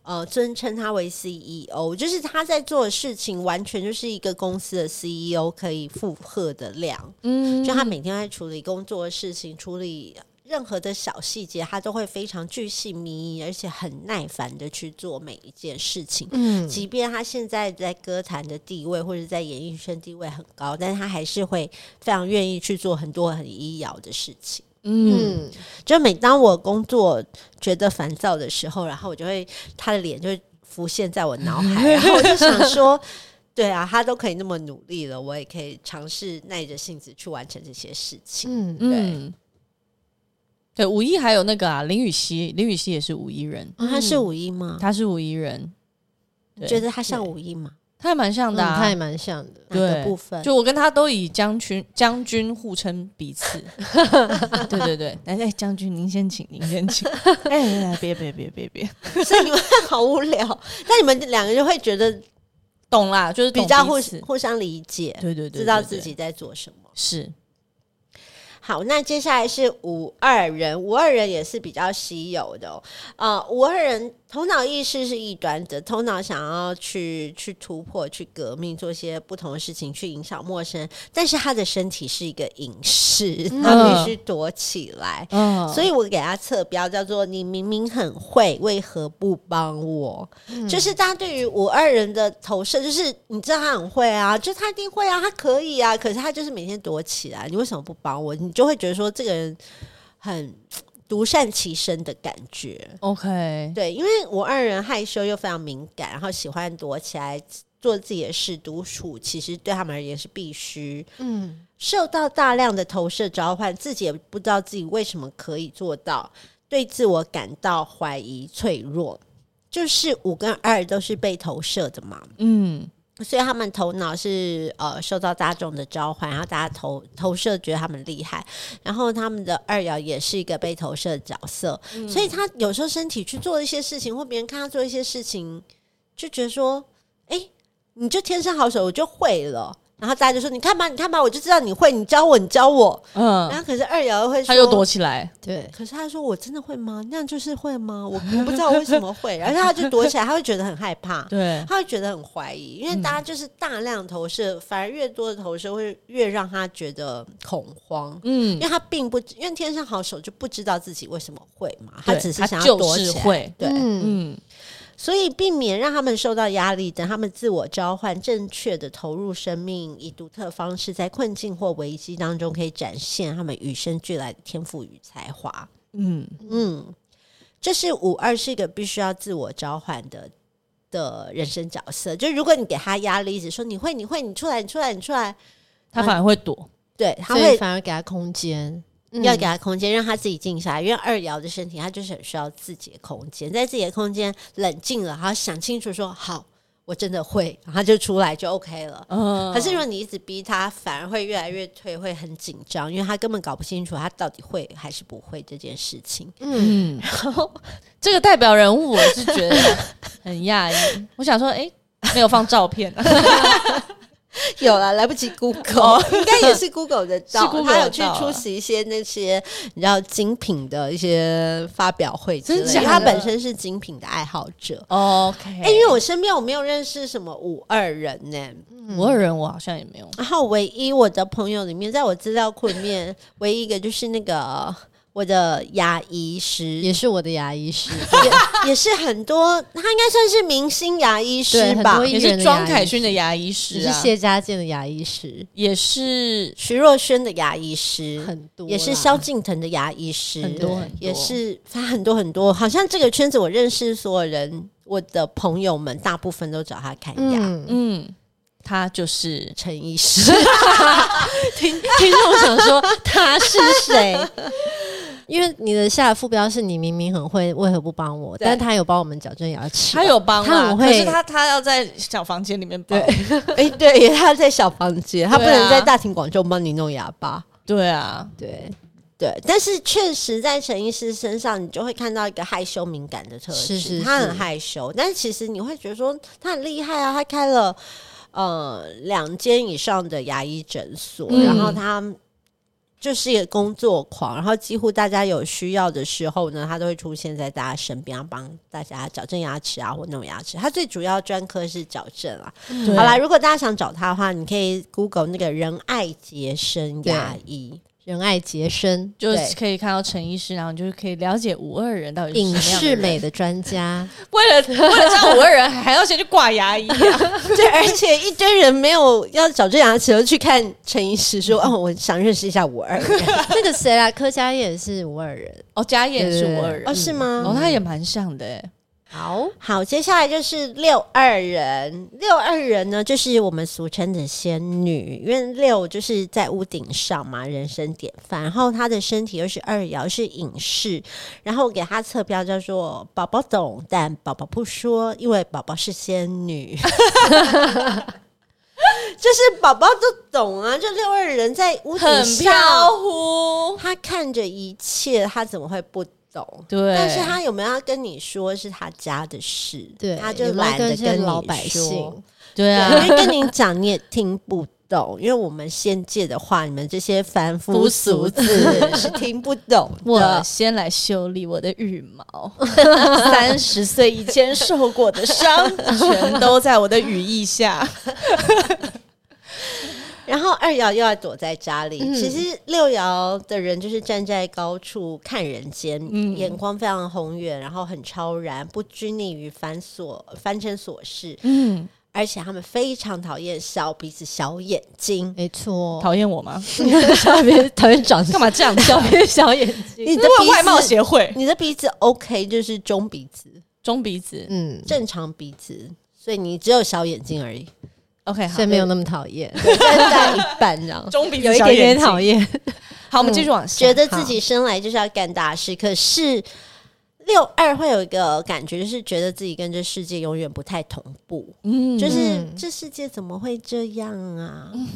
Speaker 1: 呃尊称他为 CEO，就是他在做的事情完全就是一个公司的 CEO 可以负荷的量，
Speaker 2: 嗯
Speaker 1: 就他每天在处理工作的事情，处理。任何的小细节，他都会非常巨细靡遗，而且很耐烦的去做每一件事情。
Speaker 3: 嗯，
Speaker 1: 即便他现在在歌坛的地位或者在演艺圈地位很高，但是他还是会非常愿意去做很多很医疗的事情。
Speaker 2: 嗯，
Speaker 3: 嗯，
Speaker 1: 就每当我工作觉得烦躁的时候，然后我就会他的脸就会浮现在我脑海，然后我就想说，对啊，他都可以那么努力了，我也可以尝试耐着性子去完成这些事情。
Speaker 3: 嗯，
Speaker 2: 嗯，对，五一还有那个啊，林雨熙，林雨熙也是五一人，
Speaker 3: 嗯
Speaker 1: 啊他是五一吗？
Speaker 2: 嗯他是五一人，
Speaker 1: 你
Speaker 2: 对
Speaker 1: 觉得他像五一吗？
Speaker 2: 他还蛮像
Speaker 3: 嗯
Speaker 2: 的啊，
Speaker 3: 他也蛮像的。
Speaker 1: 哪个
Speaker 2: 对
Speaker 1: 部分？
Speaker 2: 就我跟他都以将军将军互称彼此，对对对，来来将军您先请，您先请，哎来来别别别别别，
Speaker 1: 所以你们 [LAUGHS] 好无聊，那你们两个就会觉得
Speaker 2: 懂啦，就是懂
Speaker 1: 比较
Speaker 2: 彼
Speaker 1: 互
Speaker 2: 此
Speaker 1: 互相理解，
Speaker 2: 对对对，
Speaker 1: 知道
Speaker 2: 对
Speaker 1: 自
Speaker 2: 对
Speaker 1: 己在做什么。
Speaker 2: 是
Speaker 1: 好，那接下来是五二人，五二人也是比较稀有的哦、呃，五二人头脑意识是异端的，头脑想要去去突破、去革命，做一些不同的事情，去影响陌生人。但是他的身体是一个隐士，他必须躲起来。
Speaker 2: 嗯，
Speaker 1: 所以我给他侧标叫做“你明明很会，为何不帮我”？就是大家对于五二人的投射，就是你知道他很会啊，就他一定会啊，他可以啊，可是他就是每天躲起来，你为什么不帮我？你就会觉得说这个人很独善其身的感觉。
Speaker 2: OK，
Speaker 1: 对，因为我二人害羞又非常敏感，然后喜欢躲起来做自己的事，独处其实对他们而言是必须。
Speaker 3: 嗯，
Speaker 1: 受到大量的投射召唤，自己也不知道自己为什么可以做到，对自我感到怀疑、脆弱。就是五跟二都是被投射的嘛，
Speaker 2: 嗯，
Speaker 1: 所以他们头脑是呃受到大众的召唤，然后大家投投射觉得他们厉害，然后他们的二爻也是一个被投射的角色，
Speaker 2: 嗯
Speaker 1: 所以他有时候身体去做一些事情，或别人看他做一些事情，就觉得说，哎、你就天生好手，我就会了。然后大家就说：“你看吧，你看吧，我就知道你会，你教我，你教我。”然
Speaker 2: 嗯，
Speaker 1: 后可是二爻会说：“
Speaker 2: 他又躲起来，
Speaker 3: 对，
Speaker 1: 可是他说：“我真的会吗？那样就是会吗？我我不知道为什么会。”然后他就躲起来，他会觉得很害怕。
Speaker 2: 对，
Speaker 1: 他会觉得很怀疑，因为大家
Speaker 2: 嗯
Speaker 1: 就是大量投射，反而越多的投射会越让他觉得恐慌，因
Speaker 2: 嗯，
Speaker 1: 为他并不，因为天生好手就不知道自己为什么会嘛，
Speaker 2: 对
Speaker 1: 只是
Speaker 2: 他
Speaker 1: 想要
Speaker 2: 就
Speaker 1: 躲
Speaker 2: 是
Speaker 1: 起来，
Speaker 2: 会
Speaker 1: 对，
Speaker 3: 嗯
Speaker 2: 嗯
Speaker 1: 所以避免让他们受到压力，等他们自我召唤，正确的投入生命，以独特方式在困境或危机当中可以展现他们与生俱来的天赋与才华。
Speaker 2: 嗯，
Speaker 1: 嗯，这是五二是一个必须要自我召唤的的人生角色。就如果你给他压力，一直说你会，你会，你出来，你出来，你出来，
Speaker 2: 他反而会躲，
Speaker 1: 对，他
Speaker 3: 所以
Speaker 1: 会
Speaker 3: 反而给他空间，嗯
Speaker 1: 要给他空间，让他自己静下来。因为二爻的身体，他就是很需要自己的空间，在自己的空间冷静了，然后想清楚说好，我真的会，然后他就出来就 OK 了。
Speaker 2: 嗯，
Speaker 1: 可是如果你一直逼他，反而会越来越退，会很紧张，因为他根本搞不清楚他到底会还是不会这件事情。
Speaker 3: 嗯，
Speaker 2: 嗯， [LAUGHS] 这个代表人物，我是觉得很讶异。 [LAUGHS] 我想说，哎、没有放
Speaker 1: [LAUGHS]
Speaker 2: 照片、啊，
Speaker 1: 有了，来不及 Google，、应 [LAUGHS] 该也哦 [LAUGHS] 是 Google 的照，
Speaker 2: 是 Google
Speaker 1: 他有去
Speaker 2: 的照
Speaker 1: 出
Speaker 2: 啊
Speaker 1: 席一些那些你知道精品的一些发表会之类
Speaker 2: 真
Speaker 1: 因
Speaker 2: 假
Speaker 1: 为
Speaker 2: 的
Speaker 1: 他本身是精品的爱好者。
Speaker 2: [LAUGHS] OK，
Speaker 1: 哎、因为我身边我没有认识什么五二人呢、嗯
Speaker 2: 五二人我好像也没有，
Speaker 1: 然后唯一我的朋友里面，在我资料库里面， [LAUGHS] 唯一一个就是那个我的牙医师，
Speaker 3: 也是我的牙医 [LAUGHS] 师，
Speaker 1: 也是很多，他应该算是明星牙医师
Speaker 3: 对很
Speaker 1: 吧
Speaker 3: 多，
Speaker 2: 也
Speaker 3: 艺人
Speaker 2: 是
Speaker 3: 的
Speaker 2: 庄
Speaker 3: 牙
Speaker 2: 凯
Speaker 3: 医
Speaker 2: 勋的牙医师
Speaker 3: 只
Speaker 2: 啊
Speaker 3: 是，谢家健的牙医师
Speaker 2: 也是
Speaker 1: 徐若瑄的牙医师，
Speaker 3: 很多啦，
Speaker 1: 也是萧敬腾的牙医师，
Speaker 2: 很多很多，
Speaker 1: 也是他很多很多，好像这个圈子我认识所有人，我的朋友们大部分都找他看牙。
Speaker 3: 嗯，
Speaker 2: 嗯，他就是
Speaker 1: 陈医
Speaker 2: [LAUGHS]
Speaker 1: 师，
Speaker 3: 听听众想说他是谁？因为你的下副标是你明明很会，为何不帮我？
Speaker 2: 对
Speaker 3: 但他有帮我们矫正牙齿，
Speaker 2: 他有帮啊
Speaker 3: 他
Speaker 2: 啦，
Speaker 3: 很
Speaker 2: 可
Speaker 3: 会
Speaker 2: 是他他要在小房间里面帮，
Speaker 1: 哎、对，他在小房间，他不
Speaker 2: 对啊
Speaker 1: 能在大庭广众帮你弄牙巴。
Speaker 2: 对啊，
Speaker 3: 对，
Speaker 1: 对，但是确实在陈医师身上，你就会看到一个害羞敏感的特质，
Speaker 3: 是是
Speaker 1: 他很
Speaker 3: 是
Speaker 1: 害羞，但是其实你会觉得说他很厉害啊，他开了呃两间以上的牙医诊所，
Speaker 2: 嗯
Speaker 1: 然后他。就是一个工作狂，然后几乎大家有需要的时候呢，他都会出现在大家身边，帮大家矫正牙齿啊或弄牙齿。他最主要专科是矫正啊，
Speaker 2: 对
Speaker 3: 嗯
Speaker 1: 好啦，如果大家想找他的话，你可以 Google 那个仁爱洁身牙医，
Speaker 3: 仁爱洁身，
Speaker 2: 就
Speaker 1: 对
Speaker 2: 是可以看到陈医师，然后你就是可以了解五二人到底是
Speaker 3: 影
Speaker 2: 什么样的
Speaker 3: 视
Speaker 2: 人
Speaker 3: 美的专家，
Speaker 2: 为了为了这五个人，还要先去挂牙医、啊。
Speaker 1: [LAUGHS] 对，而且一堆人没有要矫正牙齿，就去看陈医师
Speaker 3: [LAUGHS]
Speaker 1: 说：“哦，我想认识一下五二。
Speaker 3: 那个谁啦，柯佳燕也是五二人，
Speaker 2: [LAUGHS] 哦，家燕是五二”
Speaker 1: 哦，
Speaker 2: 人，
Speaker 1: 是吗？
Speaker 2: 哦，他也蛮像的、欸，
Speaker 3: 好，
Speaker 1: 好，接下来就是六二人。六二人呢，就是我们俗称的仙女，因为六就是在屋顶上嘛，人生典范。然后她的身体又是二爻，是隐士。然后我给她侧标叫做“宝宝懂，但宝宝不说”，因为宝宝是仙女。就是宝宝都懂啊，就六二人在屋顶
Speaker 2: 很
Speaker 1: 上，
Speaker 2: 飘忽。
Speaker 1: 他看着一切，他怎么会不懂？
Speaker 2: 对，
Speaker 1: 但是他有没有要跟你说是他家的事？
Speaker 3: [LAUGHS] 对，
Speaker 1: 他就
Speaker 3: 有没有
Speaker 1: 懒得
Speaker 3: 跟这些
Speaker 1: 你
Speaker 3: 老百
Speaker 1: 说
Speaker 3: 姓，
Speaker 2: 对啊，
Speaker 1: 对因为跟你讲你也听不懂，因为我们仙界的话，你们这些凡夫
Speaker 2: 夫
Speaker 1: 俗
Speaker 2: 俗
Speaker 3: [LAUGHS]
Speaker 1: 子是听不懂
Speaker 2: 我
Speaker 1: 的。
Speaker 2: 先来修理我的羽毛， [LAUGHS] 三十岁以前受过的伤，全都在我的羽翼下。
Speaker 1: 然后二爻又要躲在家里，
Speaker 3: 嗯
Speaker 1: 其实六爻的人就是站在高处看人间，
Speaker 3: 嗯
Speaker 1: 眼光非常宏远，然后很超然，不拘泥于繁琐凡尘琐事，
Speaker 2: 嗯，
Speaker 1: 而且他们非常讨厌小鼻子、小眼睛。
Speaker 3: 没错，
Speaker 2: 讨厌我吗？
Speaker 3: 哦 [LAUGHS] 小别讨厌长
Speaker 2: 干
Speaker 3: 相，
Speaker 2: 嘛这样笑？ [LAUGHS]
Speaker 3: 小眼睛，
Speaker 1: 你的
Speaker 2: 问
Speaker 1: 鼻
Speaker 2: 外貌
Speaker 1: 子，
Speaker 2: 协会，
Speaker 1: 你的鼻子 OK，就是中鼻子，
Speaker 2: 中鼻子。
Speaker 3: 嗯， [LAUGHS]
Speaker 1: 正常鼻子，所以你只有小眼睛而已，
Speaker 2: OK，好
Speaker 3: 所以，没有那么讨厌，
Speaker 1: 站在一
Speaker 3: [LAUGHS]
Speaker 1: 半这样。
Speaker 2: 中鼻
Speaker 3: 有
Speaker 2: 子
Speaker 3: 一
Speaker 2: 小
Speaker 3: 点点
Speaker 2: 眼
Speaker 3: 讨
Speaker 2: 睛。
Speaker 3: 厌， [LAUGHS] 嗯
Speaker 2: 好，我们继续往下。
Speaker 1: 觉得自己生来就是要干大事，可是六二会有一个感觉，就是觉得自己跟这世界永远不太同步，
Speaker 2: 嗯
Speaker 1: 就是这世界怎么会这样啊？
Speaker 3: 嗯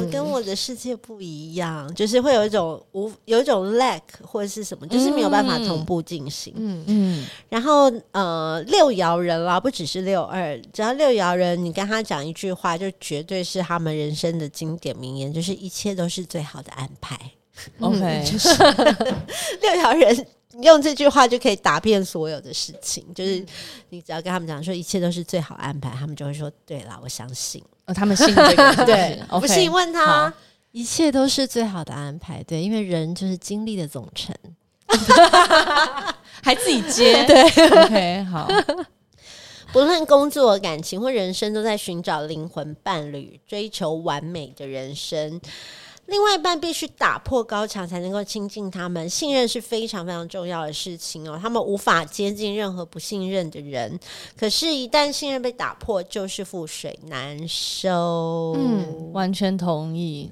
Speaker 1: 我跟我的世界不一样，就是会有一种无有一种 lack 或者是什么，就是没有办法同步进行。
Speaker 3: 嗯，
Speaker 2: 嗯，
Speaker 1: 然后呃，六爻人啦，不只是六二，只要六爻人，你跟他讲一句话，就绝对是他们人生的经典名言，就是一切都是最好的安排。 [LAUGHS]
Speaker 2: OK，
Speaker 1: 六爻人用这句话就可以打遍所有的事情，
Speaker 3: 嗯
Speaker 1: 就是你只要跟他们讲说一切都是最好安排，他们就会说对啦，我相
Speaker 3: [LAUGHS]
Speaker 1: 信。
Speaker 2: [LAUGHS] 哦他们信这个是不是，
Speaker 1: [LAUGHS] 不
Speaker 2: [LAUGHS] OK，
Speaker 1: 信问他
Speaker 2: 好。
Speaker 3: 一切都是最好的安排，对，因为人就是经历的总成，
Speaker 2: 还自己
Speaker 3: [LAUGHS]
Speaker 2: 接，对，OK，好，
Speaker 1: 不论工作、感情或人生，都在寻找灵魂伴侣，追求完美的人生。另外一半必须打破高墙才能够亲近他们，信任是非常非常重要的事情哦。他们无法接近任何不信任的人，可是，一旦信任被打破，就是覆水难收。
Speaker 3: 嗯
Speaker 2: 完全同意。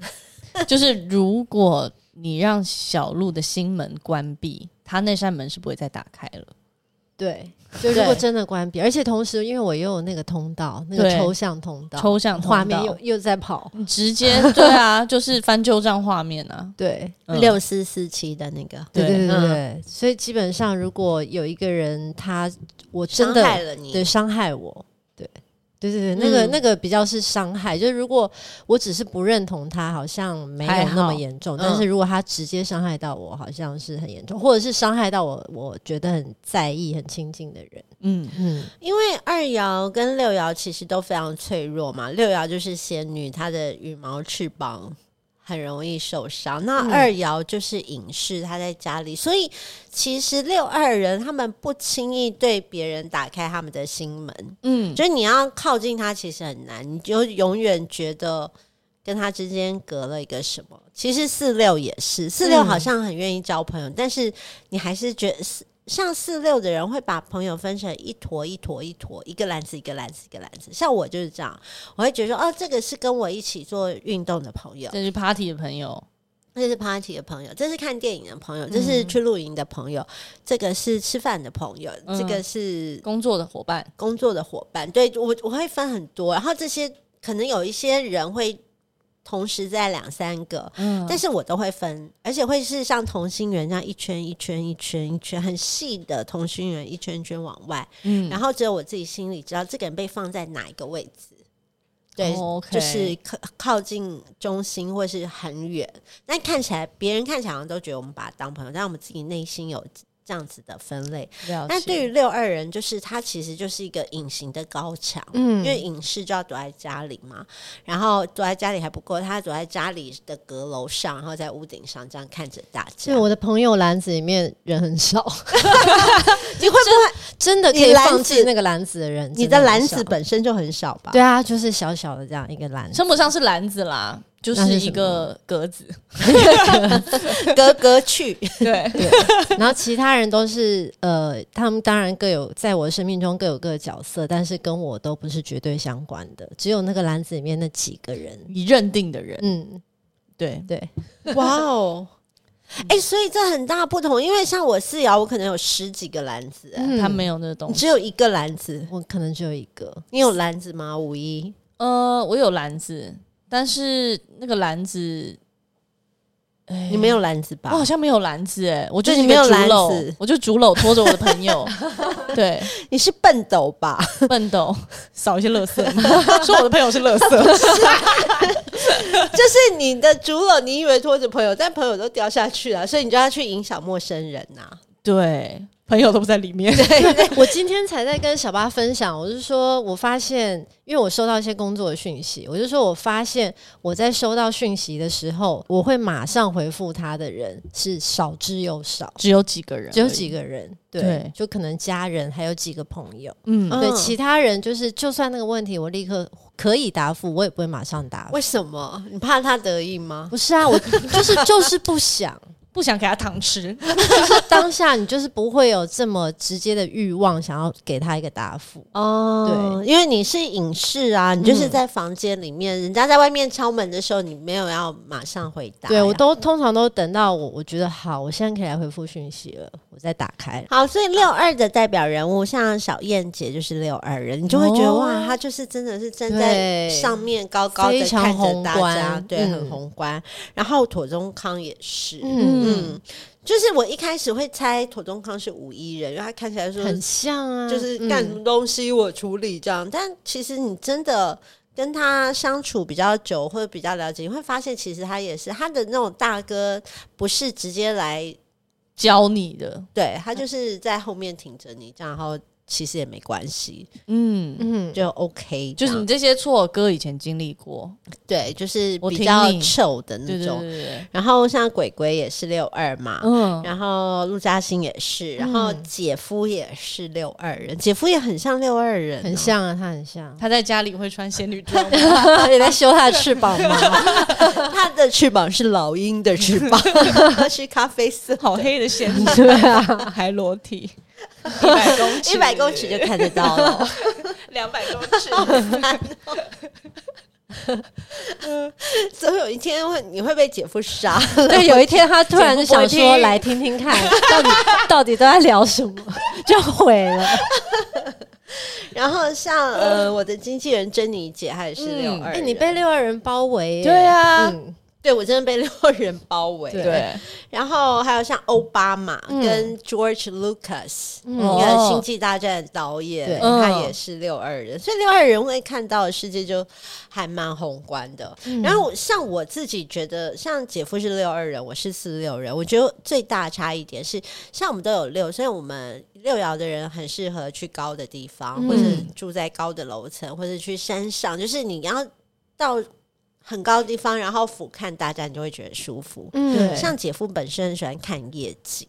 Speaker 2: 就是如果你让小鹿的心门关闭，它那扇门是不会再打开了。
Speaker 3: [LAUGHS] 对，就如果
Speaker 1: 对
Speaker 3: 真的关闭，而且同时，因为我又有那个通道，那个
Speaker 2: 对
Speaker 3: 抽象通道，
Speaker 2: 抽象通
Speaker 3: 哦画面
Speaker 2: 道
Speaker 3: 又又在 [LAUGHS] 跑，
Speaker 2: 你直接对啊，就是翻旧账画面啊。
Speaker 3: 对，
Speaker 2: 嗯
Speaker 1: 六四四七的那个
Speaker 3: 对
Speaker 2: 对
Speaker 3: 对对
Speaker 1: 嗯
Speaker 3: 对，所以基本上，如果有一个人他我真
Speaker 1: 伤
Speaker 3: 的
Speaker 1: 害了你，
Speaker 3: 对伤害我，对对对对，那个、
Speaker 1: 嗯
Speaker 3: 那个比较是伤害，就是如果我只是不认同他，好像没有
Speaker 2: 还
Speaker 3: 那么
Speaker 2: 好
Speaker 3: 严重，
Speaker 1: 嗯
Speaker 3: 但是如果他直接伤害到我，好像是很严重，或者是伤害到我，我觉得很在意、很亲近的人，
Speaker 2: 嗯，
Speaker 3: 嗯，
Speaker 1: 因为二爻跟六爻其实都非常脆弱嘛。六爻就是仙女，她的羽毛翅膀很容易受伤。那
Speaker 3: 嗯
Speaker 1: 二爻就是隐士，她在家里，所以其实六二人他们不轻易对别人打开他们的心门，
Speaker 2: 嗯，
Speaker 1: 就是你要靠近他其实很难，你就永远觉得。跟他之间隔了一个什么？其实四六也是，四六
Speaker 3: 嗯
Speaker 1: 好像很愿意交朋友，但是你还是觉得四像四六的人会把朋友分成一坨一坨一坨，一个篮子一个篮子一个篮子。像我就是这样，我会觉得说，哦，这个是跟我一起做运动的朋友，
Speaker 2: 这是 party 的朋友，
Speaker 1: 这是 party 的朋友，这是看电影的朋友，这是去露营的朋友，这个是吃饭的朋友，
Speaker 2: 嗯
Speaker 1: 这个是
Speaker 2: 工作的伙伴，
Speaker 1: 工作的伙伴，对我我会分很多，然后这些可能有一些人会同时在两三个，
Speaker 2: 嗯，
Speaker 1: 但是我都会分，而且会是像同心圆这样一圈一圈一圈一圈很细的同心圆一圈一圈往外，
Speaker 2: 嗯
Speaker 1: 然后只有我自己心里知道这个人被放在哪一个位置，对，
Speaker 2: o k
Speaker 1: 就是靠靠近中心或是很远，但看起来别人看起来好像都觉得我们把他当朋友，但我们自己内心有这样子的分类，
Speaker 2: 了解。
Speaker 1: 但对于六二人，就是他其实就是一个隐形的高墙，因
Speaker 3: 嗯
Speaker 1: 为隐士就要躲在家里嘛，然后躲在家里还不够，他躲在家里的阁楼上，然后在屋顶上这样看着大家
Speaker 3: 所以。我的朋友篮子里面人很 [LAUGHS] 少，
Speaker 1: 你会不
Speaker 3: 真的可
Speaker 1: 你
Speaker 3: 以
Speaker 1: 篮
Speaker 3: 放
Speaker 1: 子
Speaker 3: 进那个篮子的人，
Speaker 1: 会你
Speaker 3: 真
Speaker 1: 的
Speaker 3: 很
Speaker 1: 篮子
Speaker 3: 少
Speaker 1: 本身就很少吧？
Speaker 3: 对啊，就是小小的这样一个篮子，
Speaker 2: 称不上是篮子啦，就
Speaker 3: 那是
Speaker 2: 是
Speaker 3: 什
Speaker 2: 一
Speaker 3: 么
Speaker 2: 个格子。 [LAUGHS]
Speaker 1: 格格去，
Speaker 2: 对，
Speaker 3: [LAUGHS] 然后其他人都是呃，他们当然各有在我生命中各有各的角色，但是跟我都不是绝对相关的，只有那个篮子里面那几个人。
Speaker 2: 你认定的人，
Speaker 3: 嗯，
Speaker 2: 对，
Speaker 3: 对，
Speaker 1: 哇哦！哎、所以这很大不同，因为像我四爻，我可能有十几个篮子、哎
Speaker 2: 他没有那个东
Speaker 1: 你
Speaker 2: 西。
Speaker 1: 只有一个篮子，
Speaker 3: [LAUGHS] 我可能只有一个。
Speaker 1: 你有篮子吗？五一
Speaker 2: 呃，我有篮子，但是那个篮子，
Speaker 1: 你没有篮子吧
Speaker 2: 我？好像没有篮子哎、我就
Speaker 1: 对
Speaker 2: 是
Speaker 1: 你
Speaker 2: 一
Speaker 1: 没
Speaker 2: 个
Speaker 1: 有
Speaker 2: 竹
Speaker 1: 篮
Speaker 2: 篓
Speaker 1: 子
Speaker 2: 我就竹篓拖着我的朋 [LAUGHS] 友，对，
Speaker 1: 你是笨斗吧？
Speaker 2: 笨斗扫一些垃圾嘛， [LAUGHS] 说我的朋友是垃 [LAUGHS] 圾，
Speaker 1: 就是你的竹篓，你以为拖着朋友，但朋友都掉下去啊了，所以你就要去影响陌生人啊呐、
Speaker 2: 对，朋友都不在里面，
Speaker 3: 我今天才在跟小巴分享，我是说，我发现，因为我收到一些工作的讯息，我就说我发现我在收到讯息的时候，我会马上回复他的人是少之又少，
Speaker 2: 只有几个人，
Speaker 3: 只有几，个人，对，
Speaker 2: 对
Speaker 3: 就可能家人还有几个朋友，
Speaker 2: 嗯，
Speaker 1: 嗯
Speaker 3: 对，其他人就是就算那个问题我立刻可以答复，我也不会马上答复。
Speaker 1: 为什么？你怕他得意吗？
Speaker 3: 不是啊，我 [LAUGHS] 就是就是不想， [LAUGHS]
Speaker 2: 不想给他糖吃，
Speaker 3: 就是当下你就是不会有这么直接的欲望想要给他一个答复。
Speaker 1: 哦，对，因为你是影视啊，你就是在房间里面，人家在外面敲门的时候，你没有要马上回答呀。
Speaker 3: 对我都通常都等到我我觉得好，我现在可以来回复讯息了，我再打开。
Speaker 1: 好，所以六二的代表人物像小燕姐就是六二人，你就会觉得、
Speaker 2: 哦
Speaker 1: 哇，她就是真的是站在
Speaker 3: 对
Speaker 1: 上面高高的
Speaker 3: 非常
Speaker 1: 看着
Speaker 3: 宏
Speaker 1: 大家
Speaker 3: 观，
Speaker 1: 对，很
Speaker 3: 嗯
Speaker 1: 宏观。然后妥中康也是，
Speaker 3: 嗯，
Speaker 1: 嗯，就是我一开始会猜妥中康是五一人，因为他看起
Speaker 2: 嗯
Speaker 1: 来说
Speaker 3: 很像啊，
Speaker 1: 就是
Speaker 3: 嗯
Speaker 1: 干什么东西我处理这样，但其实你真的。跟他相处比较久，或者比较了解，你会发现其实他也是他的那种大哥，不是直接来，
Speaker 2: 教你的，
Speaker 1: 对他就是在后面挺着你这样，然后其实也没关系，
Speaker 2: 嗯，
Speaker 3: 嗯，
Speaker 1: 就 OK 这
Speaker 2: 就
Speaker 1: 样。
Speaker 2: 是你这些错，哥以前经历过，
Speaker 1: 对，就是
Speaker 2: 我
Speaker 1: 比
Speaker 2: 挺
Speaker 1: 较
Speaker 2: 你
Speaker 1: 臭的
Speaker 2: 对
Speaker 1: 那
Speaker 2: 对
Speaker 1: 种
Speaker 2: 对。对对，
Speaker 1: 然后像鬼鬼也是六二嘛，
Speaker 2: 嗯，，
Speaker 1: 然后陆嘉欣也是，然后
Speaker 3: 嗯
Speaker 1: 姐夫也是六二人，姐夫也很像六二人哦、
Speaker 3: 很像啊，他很像
Speaker 2: 他在家里会穿仙女装吗，
Speaker 3: 也在修 [LAUGHS] 他的翅膀嘛。
Speaker 1: 他的翅膀是老鹰的翅膀，是咖啡色，
Speaker 2: 好黑的仙女，对啊，还裸体，一百公尺，
Speaker 1: 一百公尺就看得到了。
Speaker 2: 两百公尺，
Speaker 1: 哦 [LAUGHS] 总有一天会你会被姐夫杀，
Speaker 3: [LAUGHS]
Speaker 1: [LAUGHS]
Speaker 3: 对，有一天他突然就想
Speaker 2: 姐夫不
Speaker 3: 说
Speaker 2: 会听
Speaker 3: 来听听看，到底 [LAUGHS] 到底都在聊什么，就毁了。
Speaker 1: 然后像呃我的经纪人珍妮姐，她也是
Speaker 2: 嗯
Speaker 1: 六二人、
Speaker 3: 哎、你被六二人包围耶，
Speaker 2: 对啊
Speaker 3: 嗯
Speaker 1: 对我真的被六二人包围。
Speaker 3: 对
Speaker 2: 对，
Speaker 1: 然后还有像奥巴马
Speaker 3: 嗯
Speaker 1: 跟 George Lucas，、一
Speaker 3: 嗯
Speaker 1: 个
Speaker 2: 哦
Speaker 1: 《星际大战》的导演
Speaker 3: 对，
Speaker 1: 他
Speaker 2: 嗯
Speaker 1: 也是六二人，所以六二人会看到的世界就还蛮宏观的。
Speaker 3: 嗯
Speaker 1: 然后我像我自己觉得，像姐夫是六二人，我是四六人，我觉得最大的差异点是，像我们都有六，所以我们六爻的人很适合去高的地方，
Speaker 3: 嗯
Speaker 1: 或者住在高的楼层，或者去山上，就是你要到。很高的地方，然后俯瞰大家，你就会觉得舒服。
Speaker 2: 对
Speaker 1: 像姐夫本身很喜欢看夜景，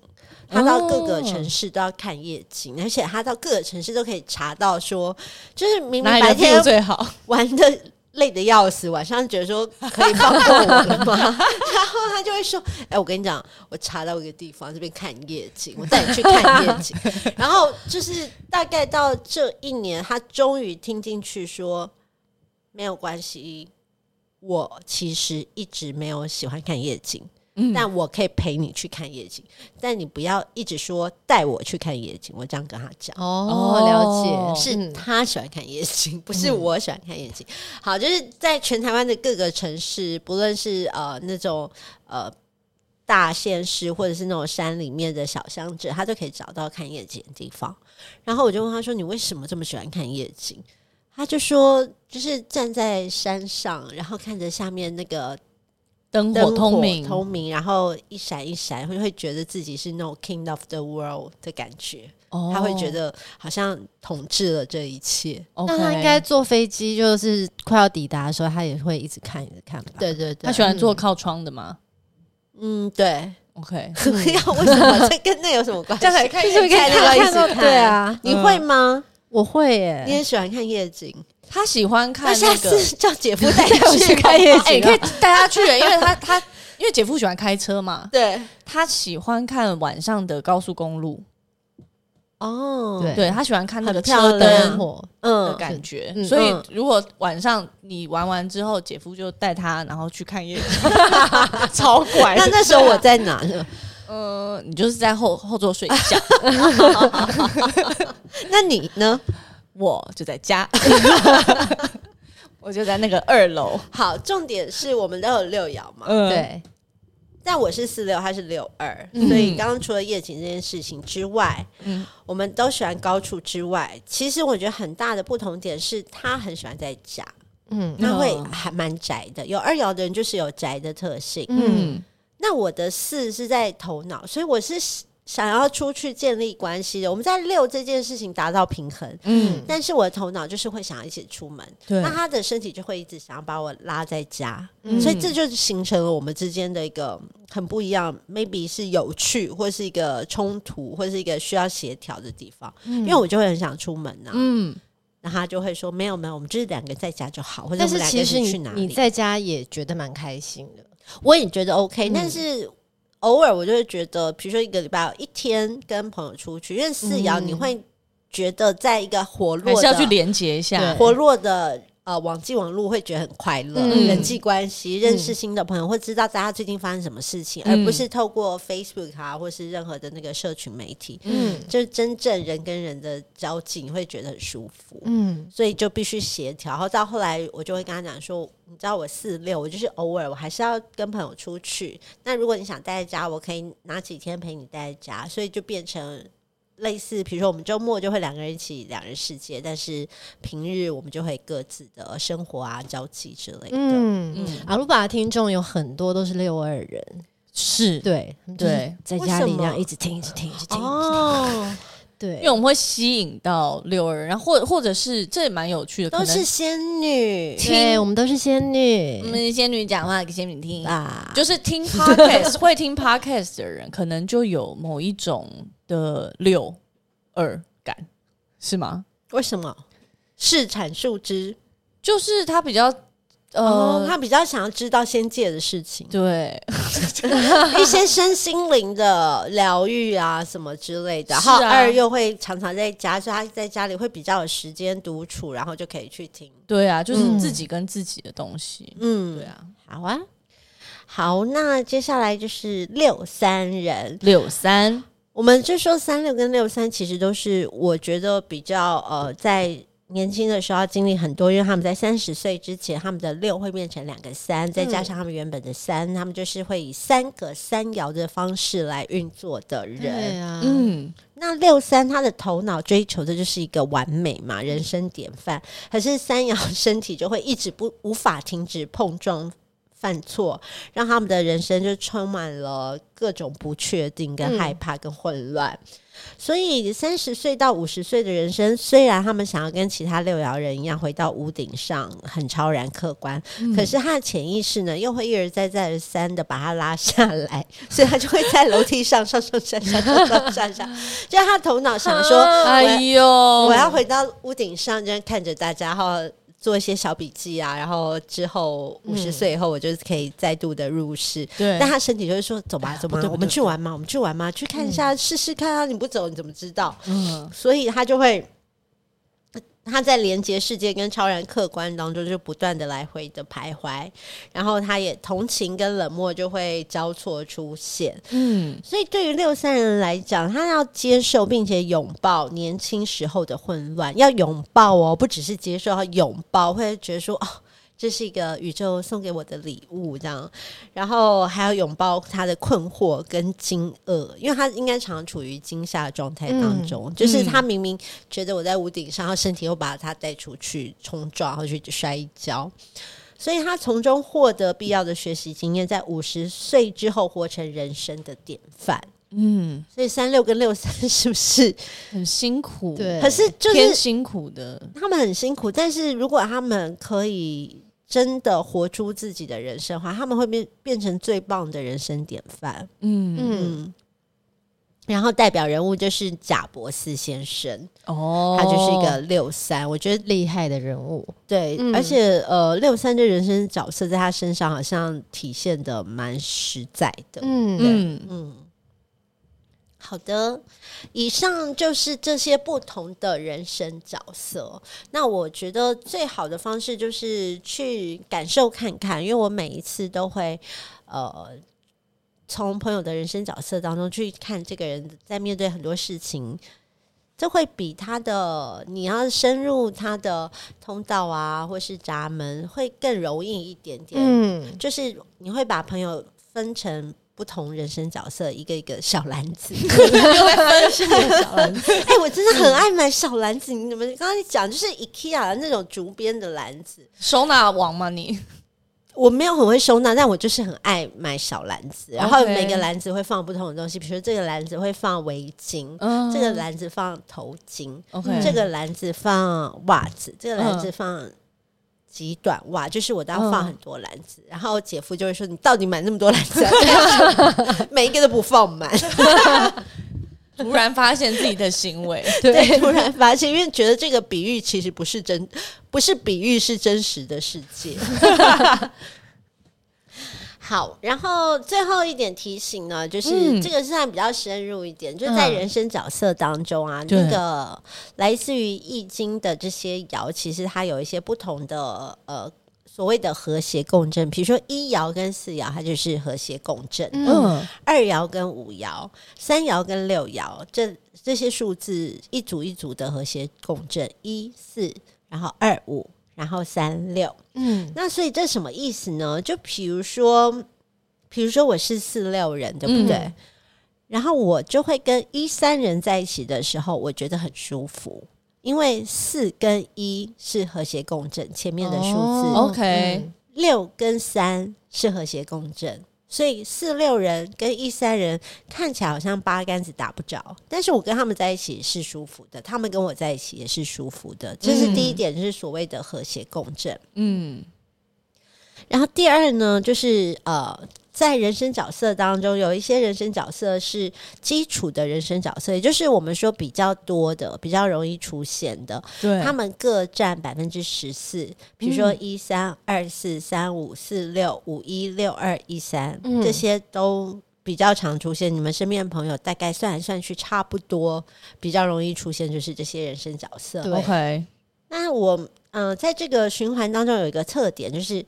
Speaker 1: 他到各个城市都要看夜景，
Speaker 2: 哦
Speaker 1: 而且他到各个城市都可以查到说，就是明明
Speaker 2: 哪里的
Speaker 1: 白
Speaker 2: view
Speaker 1: 天
Speaker 2: 最好？
Speaker 1: 玩的累的要死，晚上觉得说可以放过我了吗？然后他就会说：“哎、我跟你讲，我查到一个地方，这边看夜景，我带你去看夜景。”然后就是大概到这一年，他终于听进去说：“没有关系，我其实一直没有喜欢看夜景。”
Speaker 2: 嗯
Speaker 1: 但我可以陪你去看夜景，但你不要一直说带我去看夜景。我这样跟他讲。
Speaker 3: 哦，了解，
Speaker 1: 是他喜欢看夜景， [LAUGHS] 不是我喜欢看夜景。好，就是在全台湾的各个城市，不论是呃那种呃大县市，或者是那种山里面的小乡镇，他都可以找到看夜景的地方。然后我就问他说：“你为什么这么喜欢看夜景？”他就说：“就是站在山上，然后看着下面那个
Speaker 2: 灯
Speaker 1: 灯
Speaker 2: 火
Speaker 1: 火
Speaker 2: 通明，
Speaker 1: 通明，然后一闪一闪，会会觉得自己是那种 king of the world 的感觉。”
Speaker 2: 哦
Speaker 1: 他会觉得好像统治了这一切。
Speaker 2: OK，
Speaker 3: 那他应该坐飞机，就是快要抵达的时候，他也会一直看，一直看吧。，
Speaker 1: 对对对，
Speaker 2: 他喜欢坐靠窗的吗
Speaker 1: 嗯，对，
Speaker 2: ？OK，
Speaker 1: [LAUGHS] 要为什么这跟那有什么关系？
Speaker 2: 看 [LAUGHS]
Speaker 3: 就
Speaker 1: 看
Speaker 3: 是看
Speaker 1: 另外一
Speaker 3: 看
Speaker 1: 起
Speaker 3: 到
Speaker 1: 看
Speaker 3: 对啊，
Speaker 1: [LAUGHS] 你会吗？
Speaker 3: 我会耶
Speaker 1: 你。也喜欢看夜景？
Speaker 2: 他喜欢看
Speaker 1: 那下
Speaker 2: 那个，
Speaker 1: 次叫姐夫
Speaker 2: [LAUGHS]
Speaker 1: 带
Speaker 3: 带我
Speaker 1: 你
Speaker 3: 去
Speaker 1: 吗
Speaker 3: 看夜
Speaker 1: [LAUGHS]
Speaker 2: 哎，
Speaker 3: 景
Speaker 2: 你
Speaker 3: 啊
Speaker 2: 可以带他去，因为他他因为姐夫喜欢开车嘛，
Speaker 1: 对，
Speaker 2: 他喜欢看晚上的高速公路，
Speaker 1: 哦，
Speaker 3: 对
Speaker 2: 对他喜欢看那个
Speaker 1: 很漂
Speaker 2: 车
Speaker 1: 亮
Speaker 2: 灯
Speaker 3: 灯。火，
Speaker 2: 的
Speaker 1: 嗯，
Speaker 2: 感觉，
Speaker 3: 嗯
Speaker 2: 所以
Speaker 1: 嗯
Speaker 2: 如果晚上你玩完之后，姐夫就带他，然后去看夜景， [LAUGHS] 超拐
Speaker 1: 那那时候我在哪 [LAUGHS] 呢？
Speaker 2: 呃，你就是在后后座睡觉，
Speaker 1: 那你呢？
Speaker 2: 我就在家， [LAUGHS] 我就在那个二楼，
Speaker 1: 好，重点是我们都有六爻嘛，
Speaker 2: 嗯，
Speaker 3: 对，
Speaker 1: 但我是四六，他是六二，所以刚刚除了夜景这件事情之外，
Speaker 2: 嗯
Speaker 1: 我们都喜欢高处之外，其实我觉得很大的不同点是他很喜欢在家，
Speaker 3: 嗯
Speaker 1: 他会
Speaker 2: 嗯
Speaker 1: 还蛮宅的。有二爻的人就是有宅的特性，
Speaker 3: 嗯，
Speaker 2: 嗯
Speaker 1: 那我的四是在头脑，所以我是想要出去建立关系的。我们在六这件事情达到平衡，
Speaker 2: 嗯，
Speaker 1: 但是我的头脑就是会想要一起出门，
Speaker 2: 对
Speaker 1: 那，他的身体就会一直想要把我拉在家，
Speaker 3: 嗯
Speaker 1: 所以这就形成了我们之间的一个很不一样，maybe 是有趣，或是一个冲突，或是一个需要协调的地方。因为我就会很想出门啊呐、
Speaker 2: 嗯，
Speaker 1: 那他就会说没有没有，我们就是两个在家就好，或者
Speaker 3: 但
Speaker 1: 我们
Speaker 3: 是
Speaker 1: 两个
Speaker 3: 其
Speaker 1: 人
Speaker 3: 实你
Speaker 1: 去哪里？
Speaker 3: 你在家也觉得蛮开心的，
Speaker 1: 我也觉得 OK，、
Speaker 3: 嗯
Speaker 1: 但是偶尔我就会觉得，比如说一个礼拜有一天跟朋友出去，因为四爻
Speaker 3: 嗯
Speaker 1: 你会觉得在一个活
Speaker 2: 还
Speaker 1: 络
Speaker 2: 是要去
Speaker 1: 的、
Speaker 2: 连接一下
Speaker 3: 对，
Speaker 1: 活络的。呃，网际网络会觉得很快乐，
Speaker 3: 嗯
Speaker 1: 人际关系、认识新的朋友，会知道大家最近发生什么事情，
Speaker 2: 嗯
Speaker 1: 而不是透过 Facebook 啊，或是任何的那个社群媒体，
Speaker 3: 嗯
Speaker 1: 就是真正人跟人的交际，你会觉得很舒服。
Speaker 3: 嗯
Speaker 1: 所以就必须协调。然后到后来，我就会跟他讲说，你知道我四六，我就是偶尔我还是要跟朋友出去。那如果你想待在家，我可以哪几天陪你待在家，所以就变成。类似，比如说我们周末就会两个人一起两人世界，但是平日我们就会各自的生活啊、交际之类的。
Speaker 3: 嗯。
Speaker 2: 嗯，
Speaker 3: 阿鲁巴的听众有很多都是六二人，
Speaker 2: 是，
Speaker 3: 对
Speaker 2: 对，
Speaker 3: 就是在
Speaker 1: 为
Speaker 3: 家
Speaker 1: 什
Speaker 3: 里这
Speaker 1: 么
Speaker 3: 样一直听，一直听，一直听，
Speaker 1: 哦，
Speaker 3: 对，
Speaker 2: 因为我们会吸引到六二人，然后或或者是这也蛮有趣的，
Speaker 1: 都
Speaker 2: 可能
Speaker 1: 是仙女
Speaker 3: 对，我们都是仙
Speaker 2: 我
Speaker 3: 女，
Speaker 2: 们仙女讲话给仙女听，
Speaker 1: 吧？
Speaker 2: 就是听 podcast 会听 podcast 的人，可能就有某一种的六二感，是吗？
Speaker 1: 为什么？是阐述之，
Speaker 2: 就是他比较呃，
Speaker 1: 哦，他比较想要知道仙界的事情。
Speaker 2: 对，
Speaker 1: 一些身心灵的疗愈啊，什么之类的。然
Speaker 2: 是啊
Speaker 1: 后二又会常常在家，所以他在家里会比较有时间独处，然后就可以去听。
Speaker 2: 对啊，就是
Speaker 3: 嗯
Speaker 2: 自己跟自己的东西，
Speaker 1: 嗯，
Speaker 2: 对，啊，
Speaker 1: 好啊。好，那接下来就是六三人，
Speaker 2: 六三，
Speaker 1: 我们就说三六跟六三其实都是我觉得比较呃，在年轻的时候要经历很多，因为他们在三十岁之前，他们的六会变成两个三，再
Speaker 2: 嗯
Speaker 1: 加上他们原本的三，他们就是会以三个三爻的方式来运作的人
Speaker 3: 对。啊，嗯
Speaker 2: 嗯，
Speaker 1: 那六三他的头脑追求的就是一个完美嘛，人生典范。可是三爻 [LAUGHS] 身体就会一直不无法停止碰撞、犯错，让他们的人生就充满了各种不确定、跟
Speaker 3: 嗯
Speaker 1: 害怕、跟混乱。所以三十岁到五十岁的人生，虽然他们想要跟其他六爻人一样回到屋顶上，很超然客观，
Speaker 2: 嗯
Speaker 1: 可是他的潜意识呢，又会一而再、再而三的把他拉下来，所以他就会在楼梯上上上下下、上上下下，就是他头脑想说，
Speaker 2: 哎
Speaker 1: 我
Speaker 2: 呦，
Speaker 1: 我
Speaker 2: 我
Speaker 1: 要回到屋顶上，这样看着大家，然后做一些小笔记啊，然后之后五十岁以后，我就可以再度的入世。
Speaker 2: 嗯对哎
Speaker 1: 但，他身体就会说：“走吧，走吧
Speaker 2: 不对，不嗯
Speaker 1: 我们
Speaker 2: 对不
Speaker 1: 去玩嘛，我们去玩嘛，去看一下，试试看啊！你不走，你怎么知道？”
Speaker 2: 嗯，
Speaker 1: 所以他就会他在连接世界跟超然客观当中就不断的来回的徘徊，然后他也同情跟冷漠就会交错出现。
Speaker 2: 嗯，
Speaker 1: 所以对于六三人来讲，他要接受并且拥抱年轻时候的混乱，要拥抱哦，不只是接受，要拥抱，会觉得说哦。这是一个宇宙送给我的礼物，这样，然后还要拥抱他的困惑跟惊愕，因为他应该常处于惊吓的状态当中，
Speaker 3: 嗯
Speaker 1: 就是他明明觉得我在屋顶上，然后身体又把他带出去冲撞，然后去摔一跤，所以他从中获得必要的学习经验，在五十岁之后活成人生的典范。
Speaker 2: 嗯，
Speaker 1: 所以三六跟六三是不是？
Speaker 2: 很辛苦，
Speaker 3: 对
Speaker 1: 可是就
Speaker 2: 偏
Speaker 1: 是
Speaker 2: 辛苦的，
Speaker 1: 他们很辛苦，但是如果他们可以真的活出自己的人生的话，他们会变变成最棒的人生典范。
Speaker 2: 嗯，
Speaker 3: 嗯
Speaker 1: 嗯。然后代表人物就是贾伯斯先生，
Speaker 2: 哦，
Speaker 1: 他就是一个六三，我觉得
Speaker 3: 厉害的人物，
Speaker 1: 对，
Speaker 3: 嗯
Speaker 1: 而且呃，六三这人生角色在他身上好像体现的蛮实在的。
Speaker 3: 嗯
Speaker 2: 嗯，
Speaker 1: 嗯，好的，以上就是这些不同的人生角色。那我觉得最好的方式就是去感受看看，因为我每一次都会呃。从朋友的人生角色当中去看这个人在面对很多事情，这会比他的你要深入他的通道啊，或是闸门，会更容易一点点。
Speaker 3: 嗯
Speaker 1: 就是你会把朋友分成不不同人生角色一个一个小篮
Speaker 2: [LAUGHS]
Speaker 1: 子。
Speaker 2: 是小篮子，
Speaker 1: [LAUGHS] 哎、我真的很爱买小篮子，你怎么刚才讲就是 IKEA 那种竹编的篮子？
Speaker 2: 收纳王吗你？
Speaker 1: 我没有很会收纳，但我就是很爱买小篮子，然后
Speaker 2: OK
Speaker 1: 每个篮子会放不同的东西，比如说这个篮子会放围巾，
Speaker 2: 嗯
Speaker 1: 这个篮子放头巾，
Speaker 2: OK 嗯
Speaker 1: 这个篮子放袜子，这个篮子放极短袜，就是我都要放很多篮子。然后姐夫就会说：“你到底买那么多篮子、啊？” [LAUGHS]
Speaker 2: [LAUGHS]
Speaker 1: 每一个都不放满。
Speaker 2: 突然发现自己的行 [LAUGHS] 为，
Speaker 1: [LAUGHS] 对，突然发现，因为觉得这个比喻其实不是真，不是比喻，是真实的世界。 [LAUGHS] 好，然后最后一点提醒呢，就是、
Speaker 2: 嗯
Speaker 1: 这个算比较深入一点，就是在
Speaker 2: 嗯
Speaker 1: 人生角色当中啊，
Speaker 2: 对
Speaker 1: 那个来自于易经的这些爻，其实它有一些不同的呃所谓的和谐共振，比如说一爻跟四爻，它就是和谐共振，
Speaker 3: 嗯
Speaker 2: 嗯，
Speaker 1: 二爻跟五爻、三爻跟六爻，这这些数字一组一组的和谐共振，一四，然后二五，然后三六。
Speaker 3: 嗯
Speaker 1: 那所以这什么意思呢？就比如说，比如说我是四六人，对不对？
Speaker 2: 嗯
Speaker 1: 然后我就会跟一三人在一起的时候，我觉得很舒服，因为四跟一是和谐共振，前面的数字、
Speaker 3: 哦
Speaker 2: OK
Speaker 3: 嗯
Speaker 1: 六跟三是和谐共振，所以四六人跟一三人看起来好像八竿子打不着，但是我跟他们在一起是舒服的，他们跟我在一起也是舒服的，这是第一点，就是所谓的和谐共振。
Speaker 2: 嗯，
Speaker 1: 然后第二呢，就是呃，在人生角色当中，有一些人生角色是基础的人生角色，也就是我们说比较多的、比较容易出现的，
Speaker 2: 对，
Speaker 1: 他们各占百分之十四，比如
Speaker 3: 嗯
Speaker 1: 说一三二四三五四六五一六二一三，
Speaker 3: 嗯
Speaker 1: 这些都比较常出现。你们身边的朋友大概算来算去，差不多比较容易出现就是这些人生角色。
Speaker 3: 对
Speaker 2: OK，
Speaker 1: 那我嗯、呃在这个循环当中有一个特点就是。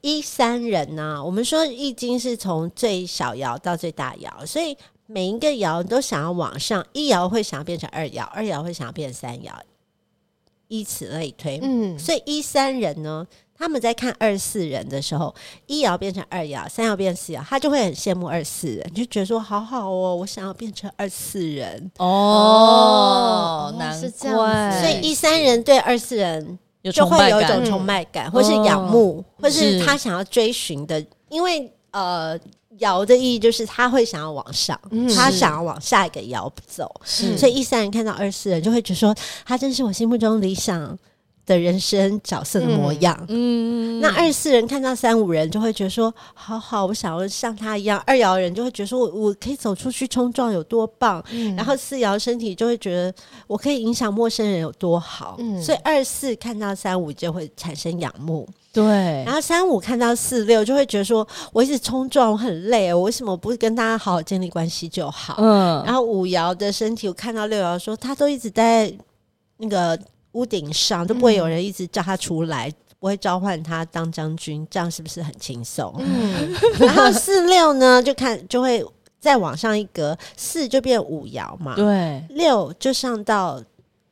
Speaker 1: 一三人呢、我们说易经是从最小爻到最大爻，所以每一个爻都想要往上，一爻会想要变成二爻，二爻会想要变成三爻，以此类推。
Speaker 3: 嗯
Speaker 1: 所以一三人呢，他们在看二四人的时候，一爻变成二爻，三爻变四爻，他就会很羡慕二四人，就觉得说好好哦，我想要变成二四人。
Speaker 2: 哦
Speaker 3: 哦，
Speaker 2: 难
Speaker 3: 是这样子
Speaker 2: 怪，
Speaker 1: 所以一三人对二四人
Speaker 2: 有
Speaker 1: 就
Speaker 2: 崇
Speaker 1: 会
Speaker 2: 拜
Speaker 1: 有一
Speaker 2: 感哦
Speaker 1: 种崇拜感，或是仰慕，或是
Speaker 2: 是
Speaker 1: 他想要追寻的，因为呃。爻的意义就是他会想要往上，
Speaker 3: 嗯
Speaker 1: 他
Speaker 2: 是
Speaker 1: 想要往下一个爻走，
Speaker 2: 是
Speaker 1: 所以一三人看到二四人就会觉得说，他真是我心目中理想的人生角色的模
Speaker 3: 嗯
Speaker 1: 样。
Speaker 2: 嗯
Speaker 1: 那二四人看到三五人，就会觉得说：“好好，我想要像他一样。”二爻人就会觉得说：“我我可以走出去冲撞有多棒。
Speaker 3: 嗯
Speaker 1: 然后四爻身体就会觉得我可以影响陌生人有多好。
Speaker 3: 嗯
Speaker 1: 所以二四看到三五就会产生仰慕，
Speaker 2: 对
Speaker 1: 然，后三五看到四六就会觉得说：“我一直冲撞，我很累，我为什么不跟大家好好建立关系就好？”
Speaker 2: 嗯
Speaker 1: 然后五爻的身体，我看到六爻说他都一直在那个屋顶上，都不会有人一直叫他出
Speaker 3: 嗯
Speaker 1: 来，不会召唤他当将军，这样是不是很轻松？
Speaker 3: 嗯
Speaker 1: 然后四六呢，就看就会再往上一格，四就变五爻嘛，
Speaker 2: 对，
Speaker 1: 六就上到。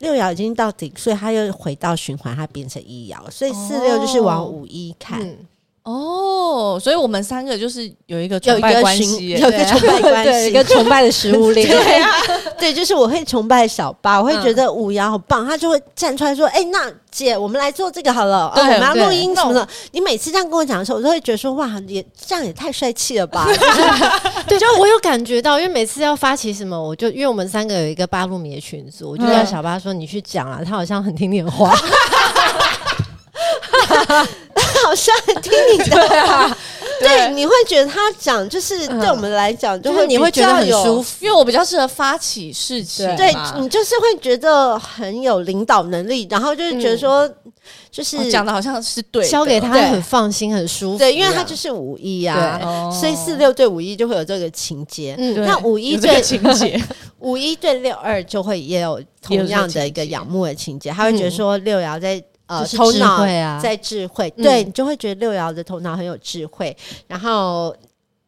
Speaker 1: 六爻已经到顶，所以他又回到循环，它变成一爻，所以四六就是往五一看，
Speaker 3: 嗯
Speaker 2: 哦，所以我们三个就是有一个
Speaker 1: 有
Speaker 2: 崇
Speaker 1: 一
Speaker 2: 拜
Speaker 1: 个
Speaker 2: 关系
Speaker 1: 循，
Speaker 2: 耶，
Speaker 1: 有一个崇拜关系，
Speaker 3: [LAUGHS] 对，一个崇拜的食物链，
Speaker 1: 对啊， [LAUGHS] 对，就是我会崇拜小八，我会
Speaker 2: 嗯
Speaker 1: 觉得五爻好棒，他就会站出来说：“哎、那姐，我们来做这个好了，
Speaker 2: 对
Speaker 1: 哦、我们要
Speaker 2: 对
Speaker 1: 录音什么的。”你每次这样跟我讲的时候，我都会觉得说：“哇，也这样也太帅气了吧！”
Speaker 3: [LAUGHS] 对，就我有感觉到，因为每次要发起什么，我就因为我们三个有一个巴路米的群组，我就叫小巴说你去讲啊，他好像很听你的话，
Speaker 1: 好像听你的话，
Speaker 3: 啊
Speaker 1: 对,、
Speaker 2: 对
Speaker 1: 你会觉得他讲就是对我们来讲，就
Speaker 3: [LAUGHS] 嗯就
Speaker 1: 会
Speaker 3: 是你会觉得很舒
Speaker 1: 服。
Speaker 3: 服。
Speaker 2: 因为我比较适合发起事情嘛，
Speaker 1: 对你就是会觉得很有领导能力，然后就是觉得说，
Speaker 3: 嗯
Speaker 1: 就是、
Speaker 2: 哦讲的好像是对的，
Speaker 3: 交给他
Speaker 1: 对
Speaker 3: 很放心，很舒服。
Speaker 1: 对，因为他就是是五一啊
Speaker 3: 啊对，
Speaker 2: 哦，
Speaker 1: 所以四六对五一就会有这个情节。
Speaker 3: 嗯
Speaker 2: 对
Speaker 1: 那五一
Speaker 2: 有这个
Speaker 1: 对
Speaker 2: 情节，
Speaker 1: 五一对六二就会也有同样的一个仰慕的情节，他会觉得说六爻在。呃，
Speaker 3: 嗯就是
Speaker 1: 头
Speaker 3: 智
Speaker 1: 脑
Speaker 3: 慧啊
Speaker 1: 在智慧，
Speaker 3: 嗯
Speaker 1: 对你就会觉得六爻的头脑很有智慧，然后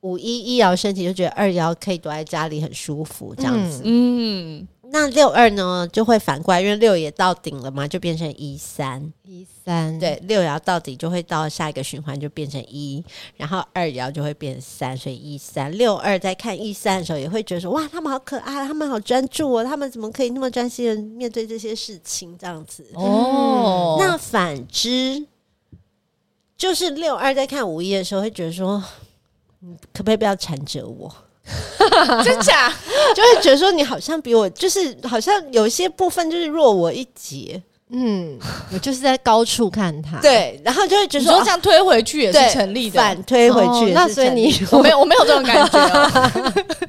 Speaker 1: 五一一爻身体就觉得二爻可以躲在家里很舒服这样子。
Speaker 2: [LAUGHS] 嗯，
Speaker 1: 那六二呢，就会反过来，因为六也到顶了嘛，就变成一三。
Speaker 3: 一三，
Speaker 1: 对，六爻到底就会到下一个循环就变成一，然后二爻就会变三，所以一三六二在看一三的时候也会觉得说，哇，他们好可爱，他们好专注哦，他们怎么可以那么专心的面对这些事情这样子？嗯
Speaker 2: 哦，
Speaker 1: 那反之，就是六二在看五一的时候会觉得说，你可不可以不要缠着我？
Speaker 2: 真假？
Speaker 1: [LAUGHS] 就会觉得说你好像比我，就是好像有些部分就是弱我一截，
Speaker 3: 嗯，我就是在高处看他，
Speaker 1: 对，然后就会觉
Speaker 2: 你
Speaker 1: 得
Speaker 2: 说
Speaker 1: 说啊
Speaker 2: 这样推回去也
Speaker 1: 对
Speaker 2: 是成立的，
Speaker 1: 反推回去也是成立、
Speaker 3: 哦那所以你
Speaker 2: 我没有我没有这种感觉哦。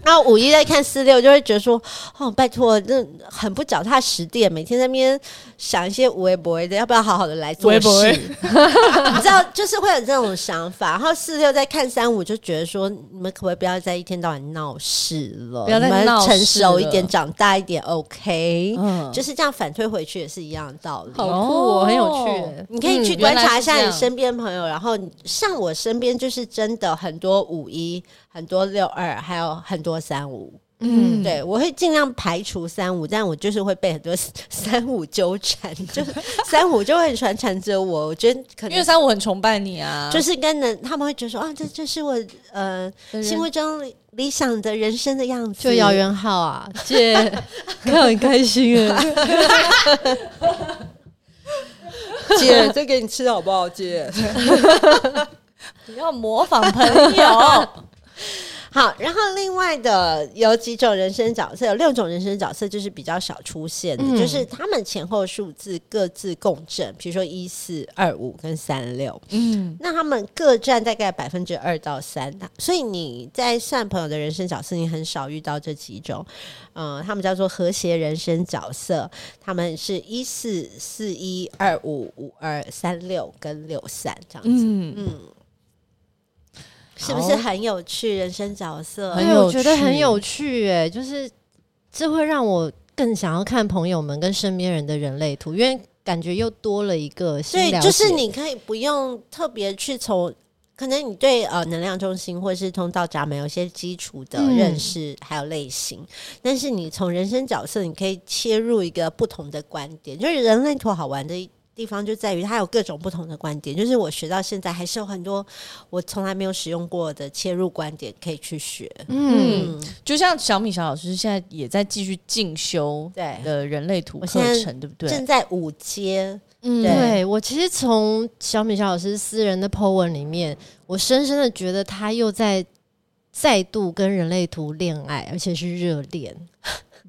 Speaker 1: 然后五一在看四六，就会觉得说，哦，拜托，这很不脚踏实地，每天在那边想一些无微不微的，要不要好好的来做
Speaker 2: 微
Speaker 1: 事？
Speaker 2: 博
Speaker 1: [LAUGHS] 你知道，就是会有这种想法。然后四六在看三五，就觉得说，你们可不可以不要再一天到晚闹事了？
Speaker 2: 不要再
Speaker 1: 你们
Speaker 2: 闹事
Speaker 1: 成熟一点，
Speaker 2: 了
Speaker 1: 长大一点，OK？、
Speaker 2: [LAUGHS] 嗯
Speaker 1: 就是这样反推回去也是一样的道理。
Speaker 3: 好酷哦，
Speaker 2: 哦
Speaker 3: 很有趣耶。
Speaker 1: 你可以去
Speaker 2: 嗯
Speaker 1: 观
Speaker 2: 原来
Speaker 1: 察
Speaker 2: 是
Speaker 1: 一下
Speaker 2: 这
Speaker 1: 你
Speaker 2: 样
Speaker 1: 身边朋友，然后你像我身边就是真的很多五一、很多六二，还有很多三五。
Speaker 3: 嗯，
Speaker 1: 对，我会尽量排除三五，但我就是会被很多 [LAUGHS] 三五纠缠，就是三五就会很传缠着我。我觉得可
Speaker 2: 因为
Speaker 1: 能
Speaker 2: 三五很崇拜你啊，
Speaker 1: 就是跟人他们会觉得说啊，这这是我呃心目中理理想的人生的样子。
Speaker 3: 就姚元浩啊，姐
Speaker 2: [LAUGHS]
Speaker 3: 看很开心哎，
Speaker 1: 姐，这给你吃好不好？姐，
Speaker 2: 不要模仿朋友。
Speaker 1: 好。然后另外的有几种人生角色，有六种人生角色就是比较少出现的，
Speaker 3: 嗯
Speaker 1: 就是他们前后数字各自共振，比如说一四二五跟三六。
Speaker 2: 嗯，
Speaker 1: 那他们各占大概百分之二到三，所以你在算朋友的人生角色，你很少遇到这几种。嗯，他们叫做和谐人生角色，他们是一四四一二五五二三六跟六三这样子，
Speaker 2: 嗯嗯，
Speaker 1: 是不是很有趣？人生角色
Speaker 2: 很
Speaker 3: [LAUGHS] 哎
Speaker 2: 有
Speaker 3: 我觉得
Speaker 2: 趣
Speaker 3: 很有趣哎，就是这会让我更想要看朋友们跟身边人的人类图，因为感觉又多了一个新
Speaker 1: 对，
Speaker 3: 了
Speaker 1: 就是
Speaker 3: 解
Speaker 1: 你可以不用特别去从。可能你对呃能量中心或是通道闸门有一些基础的
Speaker 3: 嗯
Speaker 1: 认识，还有类型，但是你从人生角色，你可以切入一个不同的观点。就是人类图好玩的地方就在于它有各种不同的观点，就是我学到现在还是有很多我从来没有使用过的切入观点可以去学。
Speaker 3: 嗯，
Speaker 1: 嗯，
Speaker 2: 就像小米小老师现在也在继续进修
Speaker 1: 对，
Speaker 2: 的人类图
Speaker 1: 我
Speaker 2: 课
Speaker 1: 现在
Speaker 2: 程，对不对？
Speaker 1: 正在五阶，
Speaker 2: 嗯
Speaker 1: 对
Speaker 3: 对我其实从小米小老师私人的 po 文里面，我深深的觉得他又在再度跟人类图恋爱，而且是热恋，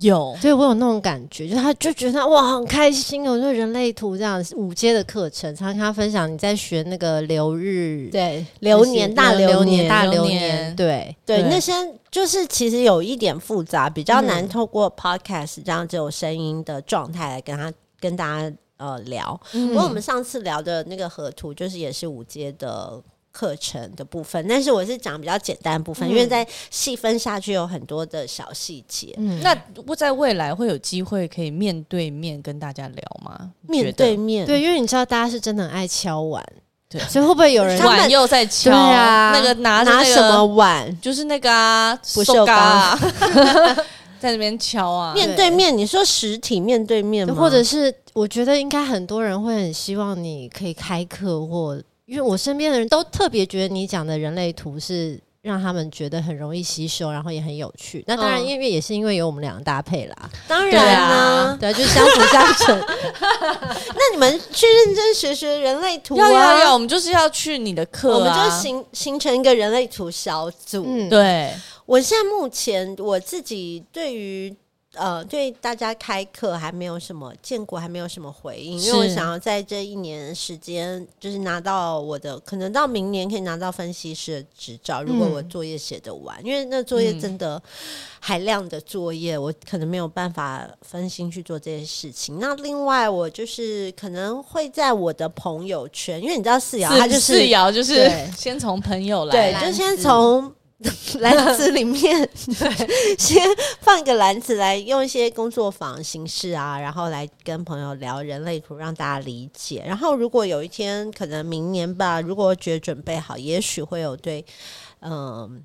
Speaker 2: 有
Speaker 3: 所以我有那种感觉，就他就觉得哇很开心哦，就人类图这样五阶的课程，常常跟他分享你在学那个流日。
Speaker 1: 对，流年大流
Speaker 3: 流
Speaker 1: 年
Speaker 3: 大
Speaker 2: 流
Speaker 3: 流
Speaker 2: 年
Speaker 3: 年，对，
Speaker 1: 对，
Speaker 2: 对
Speaker 1: 那些就是其实有一点复杂，比较难
Speaker 3: 嗯
Speaker 1: 透过 podcast 这样只有声音的状态来跟他跟大家呃聊。不过我们上次聊的那个河图，就是也是五阶的。课程的部分，但是我是讲比较简单的部分，因为在细分下去有很多的小细节。
Speaker 3: 嗯，
Speaker 2: 那我在未来会有机会可以面对面跟大家聊吗？你觉
Speaker 1: 面
Speaker 2: 得
Speaker 1: 对面，
Speaker 3: 对，因为你知道大家是真的很爱敲
Speaker 1: [LAUGHS]
Speaker 3: 碗，
Speaker 2: 对
Speaker 3: 所以会不会有人
Speaker 1: 他们
Speaker 2: 碗又在敲，
Speaker 3: 对啊
Speaker 2: 那个拿着、那
Speaker 1: 拿
Speaker 2: 个、
Speaker 1: 什么碗？
Speaker 2: 就是那个啊，
Speaker 1: 不
Speaker 2: 手
Speaker 1: 锈
Speaker 2: 嘎
Speaker 1: 钢
Speaker 2: 啊， [LAUGHS] 在那边敲啊，
Speaker 1: 面对面，你说实体面对面吗？
Speaker 3: 或者是我觉得应该很多人会很希望你可以开课或，因为我身边的人都特别觉得你讲的人类图是让他们觉得很容易吸收，然后也很有趣。那当然，
Speaker 1: 嗯
Speaker 3: 因为也是因为有我们俩的搭配啦，
Speaker 1: 当
Speaker 2: [LAUGHS] 对
Speaker 1: 然啦、
Speaker 2: 啊
Speaker 3: 对啊，就是相辅相成。
Speaker 1: 那你们去认真学学人类图啊！
Speaker 2: 要要要，我们就是要去你的课、啊，
Speaker 1: 我们就形形成一个人类图小组。
Speaker 3: 嗯，，
Speaker 2: 对，
Speaker 1: 我现在目前我自己对于呃对大家开课还没有什么建国还没有什么回应，因为我
Speaker 2: 是
Speaker 1: 想要在这一年时间，就是拿到我的可能到明年可以拿到分析师的执照，如果
Speaker 3: 嗯
Speaker 1: 我作业写得完，因为那作业
Speaker 2: 嗯
Speaker 1: 真的海量的作业，我可能没有办法分心去做这些事情。那另外我就是可能会在我的朋友圈，因为你知道四瑶
Speaker 2: 四
Speaker 1: 他就是
Speaker 2: 四爻就是
Speaker 3: 对
Speaker 2: 先从朋友来，
Speaker 1: 对，
Speaker 3: 篮
Speaker 1: 就先
Speaker 3: 子 [LAUGHS]
Speaker 1: 从篮子里面 [LAUGHS] 先放一个篮子来，用一些工作坊形式啊，然后来跟朋友聊人类图，让大家理解。然后如果有一天，可能明年吧，如果我觉得准备好，也许会有对嗯、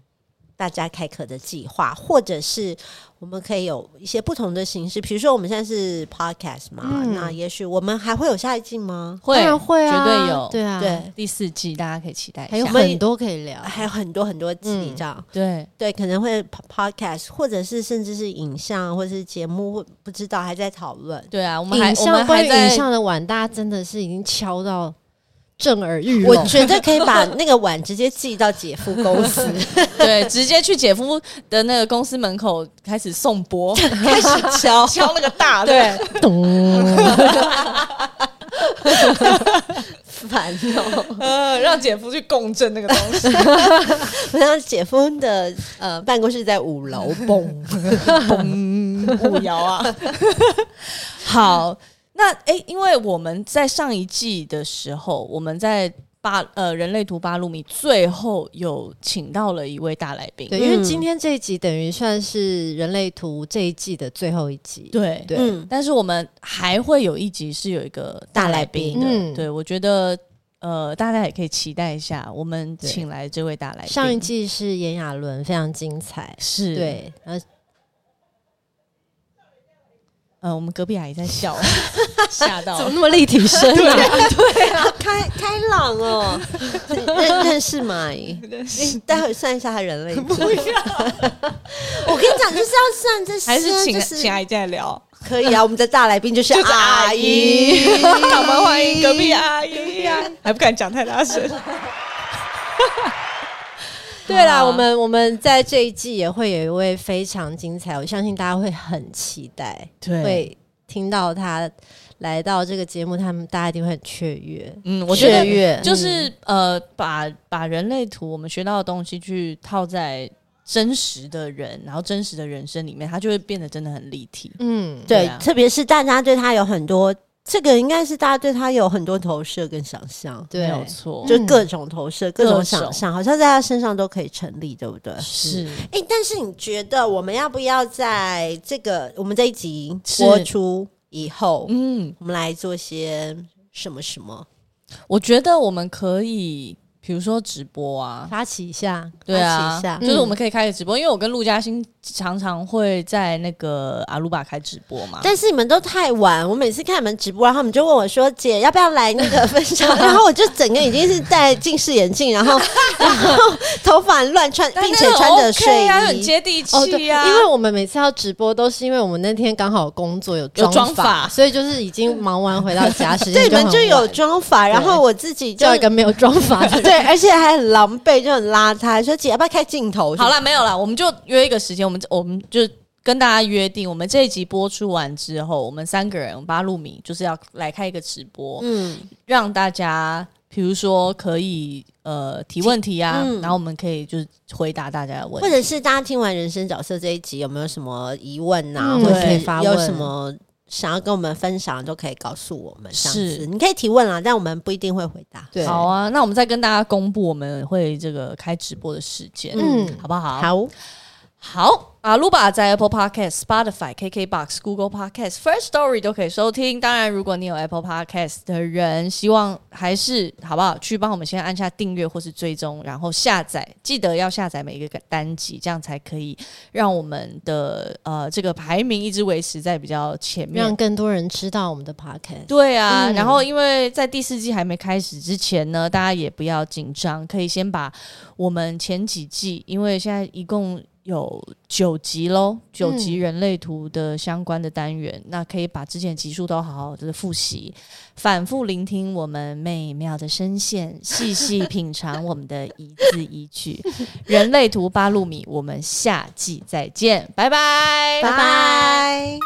Speaker 1: 大家开课的计划，或者是我们可以有一些不同的形式，比如说我们现在是 podcast 嘛，
Speaker 3: 嗯
Speaker 1: 那也许我们还会有下一季吗？
Speaker 2: 会
Speaker 3: 当然会啊，
Speaker 2: 绝对有。
Speaker 3: 对啊，
Speaker 1: 对，
Speaker 2: 第四季大家可以期待一
Speaker 3: 还有
Speaker 2: 下。
Speaker 3: 很多可以聊。
Speaker 1: 还有很多很多季
Speaker 3: 嗯
Speaker 1: 这样。
Speaker 2: 对，
Speaker 1: 对，可能会 po- podcast，或者是甚至是影像，啊或者是节目，或不知道还在讨论。
Speaker 2: 对啊，我们还
Speaker 3: 哎影
Speaker 2: 我们
Speaker 3: 像关
Speaker 2: 还
Speaker 3: 于
Speaker 2: 在
Speaker 3: 影像的碗，大家真的是已经敲到震耳欲
Speaker 1: 我
Speaker 2: 嗯
Speaker 3: 聋。
Speaker 1: 觉得可以把那个碗直接寄到姐夫公
Speaker 2: [LAUGHS]
Speaker 1: 司，
Speaker 2: 对，直接去姐夫的那个公司门口开始送
Speaker 3: [LAUGHS]
Speaker 2: 播，
Speaker 1: 开始敲。
Speaker 2: 敲那个大的。
Speaker 1: 对，
Speaker 3: 咚，
Speaker 1: 烦哦！ [LAUGHS]
Speaker 2: 呃，让姐夫去共振那个东西。
Speaker 1: 我想姐夫的呃办公室在五楼，
Speaker 2: [LAUGHS]
Speaker 1: 嘣，
Speaker 2: 五爻
Speaker 3: [LAUGHS]
Speaker 2: 啊。好，那诶，因为我们在上一季的时候，我们在八呃人类图八路米最后有请到了一位大来宾，
Speaker 3: 对，因为今天这一集等于算是人类图这一季的最后一集。
Speaker 2: 对
Speaker 3: 对，
Speaker 1: 嗯，
Speaker 2: 但是我们还会有一集是有一个大来宾的，
Speaker 3: 大来宾嗯
Speaker 2: 对我觉得呃大家也可以期待一下，我们
Speaker 3: 对
Speaker 2: 请来这位大来宾
Speaker 3: 上一季是炎亚纶，非常精彩。
Speaker 2: 哎是
Speaker 3: 对，呃，
Speaker 2: 呃我们隔壁阿姨在 [LAUGHS] 笑，吓到
Speaker 3: 哦怎么那么立体声
Speaker 2: [LAUGHS]
Speaker 3: 啊？
Speaker 1: [LAUGHS] 开开朗哦，认认识吗？
Speaker 2: [LAUGHS]
Speaker 1: 你待会算一下他人类图。 [LAUGHS] 我跟你讲，就是要算这些，
Speaker 2: 还是请、
Speaker 1: 就是
Speaker 2: 请阿姨再 [LAUGHS] 聊。
Speaker 1: 可以啊。我们的大来宾就是
Speaker 2: 就是阿
Speaker 1: 阿
Speaker 2: 姨
Speaker 1: 姨，
Speaker 2: 让我们欢迎隔壁阿姨呀，还不敢讲太大 [LAUGHS] 声。
Speaker 3: [LAUGHS] 对啦，
Speaker 2: 好啊
Speaker 3: 我们我们在这一季也会有一位非常精彩，我相信大家会很期待，
Speaker 2: 对
Speaker 3: 会听到他来到这个节目，他们大家一定会很雀跃。
Speaker 2: 嗯，我觉
Speaker 3: 雀
Speaker 2: 得
Speaker 3: 跃
Speaker 2: 就是呃，把把人类图我们学到的东西去套在真实的人，然后真实的人生里面，它就会变得真的很立体。
Speaker 3: 嗯，对，
Speaker 2: 对
Speaker 1: [LAUGHS] 对
Speaker 2: 啊，
Speaker 1: 特别是大家对他有很多，这个应该是大家对他有很多投射跟想象，
Speaker 3: 对
Speaker 2: 没有错，
Speaker 1: 就各种投射、各种想
Speaker 2: 嗯各
Speaker 1: 象，好像在他身上都可以成立，对不对？
Speaker 2: 是
Speaker 1: 哎、但是你觉得我们要不要在这个我们这一集
Speaker 2: 是
Speaker 1: 播出以后，
Speaker 2: 嗯，
Speaker 1: 我们来做些什么什么？
Speaker 2: 我觉得我们可以。比如说直播啊，
Speaker 3: 发起一下，
Speaker 2: 对啊
Speaker 1: 一下，
Speaker 2: 就是我们可以开个直播，因为我跟陆嘉欣常常会在那个阿鲁巴开直播嘛。
Speaker 1: 但是你们都太晚，我每次看你们直播，然后你们就问我说：“姐，要不要来那个分享？” [LAUGHS] 然后我就整个已经是戴近视眼镜，然后然后头发乱穿，并且穿着睡衣，哦
Speaker 2: 啊，很接地气啊。
Speaker 3: 哦因为我们每次要直播都是因为我们那天刚好工作有
Speaker 2: 有妆
Speaker 3: 法，
Speaker 2: 法
Speaker 3: 所以就是已经忙完回到家，时间
Speaker 1: 对，你们
Speaker 3: 很
Speaker 1: 就有
Speaker 3: 晚
Speaker 1: 妆法，然后我自己就
Speaker 3: 叫一个没有妆法的人。
Speaker 1: 对，而且还很狼狈，就很邋遢，说姐要不要开镜头？
Speaker 2: 好，啦，没有啦，我们就约一个时间，我们我们就跟大家约定，我们这一集播出完之后，我们三个人八路米就是要来开一个直播，
Speaker 1: 嗯，
Speaker 2: 让大家比如说可以呃提问题啊，
Speaker 1: 嗯
Speaker 2: 然后我们可以就是回答大家的问
Speaker 1: 或
Speaker 2: 题。
Speaker 1: 者是大家听完人生角色这一集，有没有什么疑问呐、
Speaker 3: 嗯
Speaker 1: 或
Speaker 2: 对
Speaker 1: 者
Speaker 3: 发
Speaker 1: 是有
Speaker 3: 问
Speaker 1: 什么想要跟我们分享，都可以告诉我们。这样
Speaker 2: 是
Speaker 1: 子，你可以提问啦，但我们不一定会回答。
Speaker 3: 对
Speaker 2: 好啊，那我们再跟大家公布我们会这个开直播的时间，
Speaker 3: 嗯
Speaker 2: 好不好？
Speaker 1: 好，
Speaker 2: 好，阿鲁巴在 Apple Podcast、Spotify、KKBox、Google Podcast、First Story 都可以收听。当然，如果你有 Apple Podcast 的人，希望还是好不好去帮我们先按下订阅或是追踪，然后下载，记得要下载每一个单集，这样才可以让我们的呃这个排名一直维持在比较前面
Speaker 3: 让。更多人知道我们的 podcast。
Speaker 2: 对啊，
Speaker 3: 嗯
Speaker 2: 然后因为在第四季还没开始之前呢，大家也不要紧张，可以先把我们前几季，因为现在一共有九集喽，九集人类图的相关的单元，那可以把之前的集数都好好的复习，反复聆听我们美妙的声线，细细品尝我们的一字一句。人类图八路米，我们下季再见，拜拜，
Speaker 1: [LAUGHS]
Speaker 3: [LAUGHS]
Speaker 1: 拜拜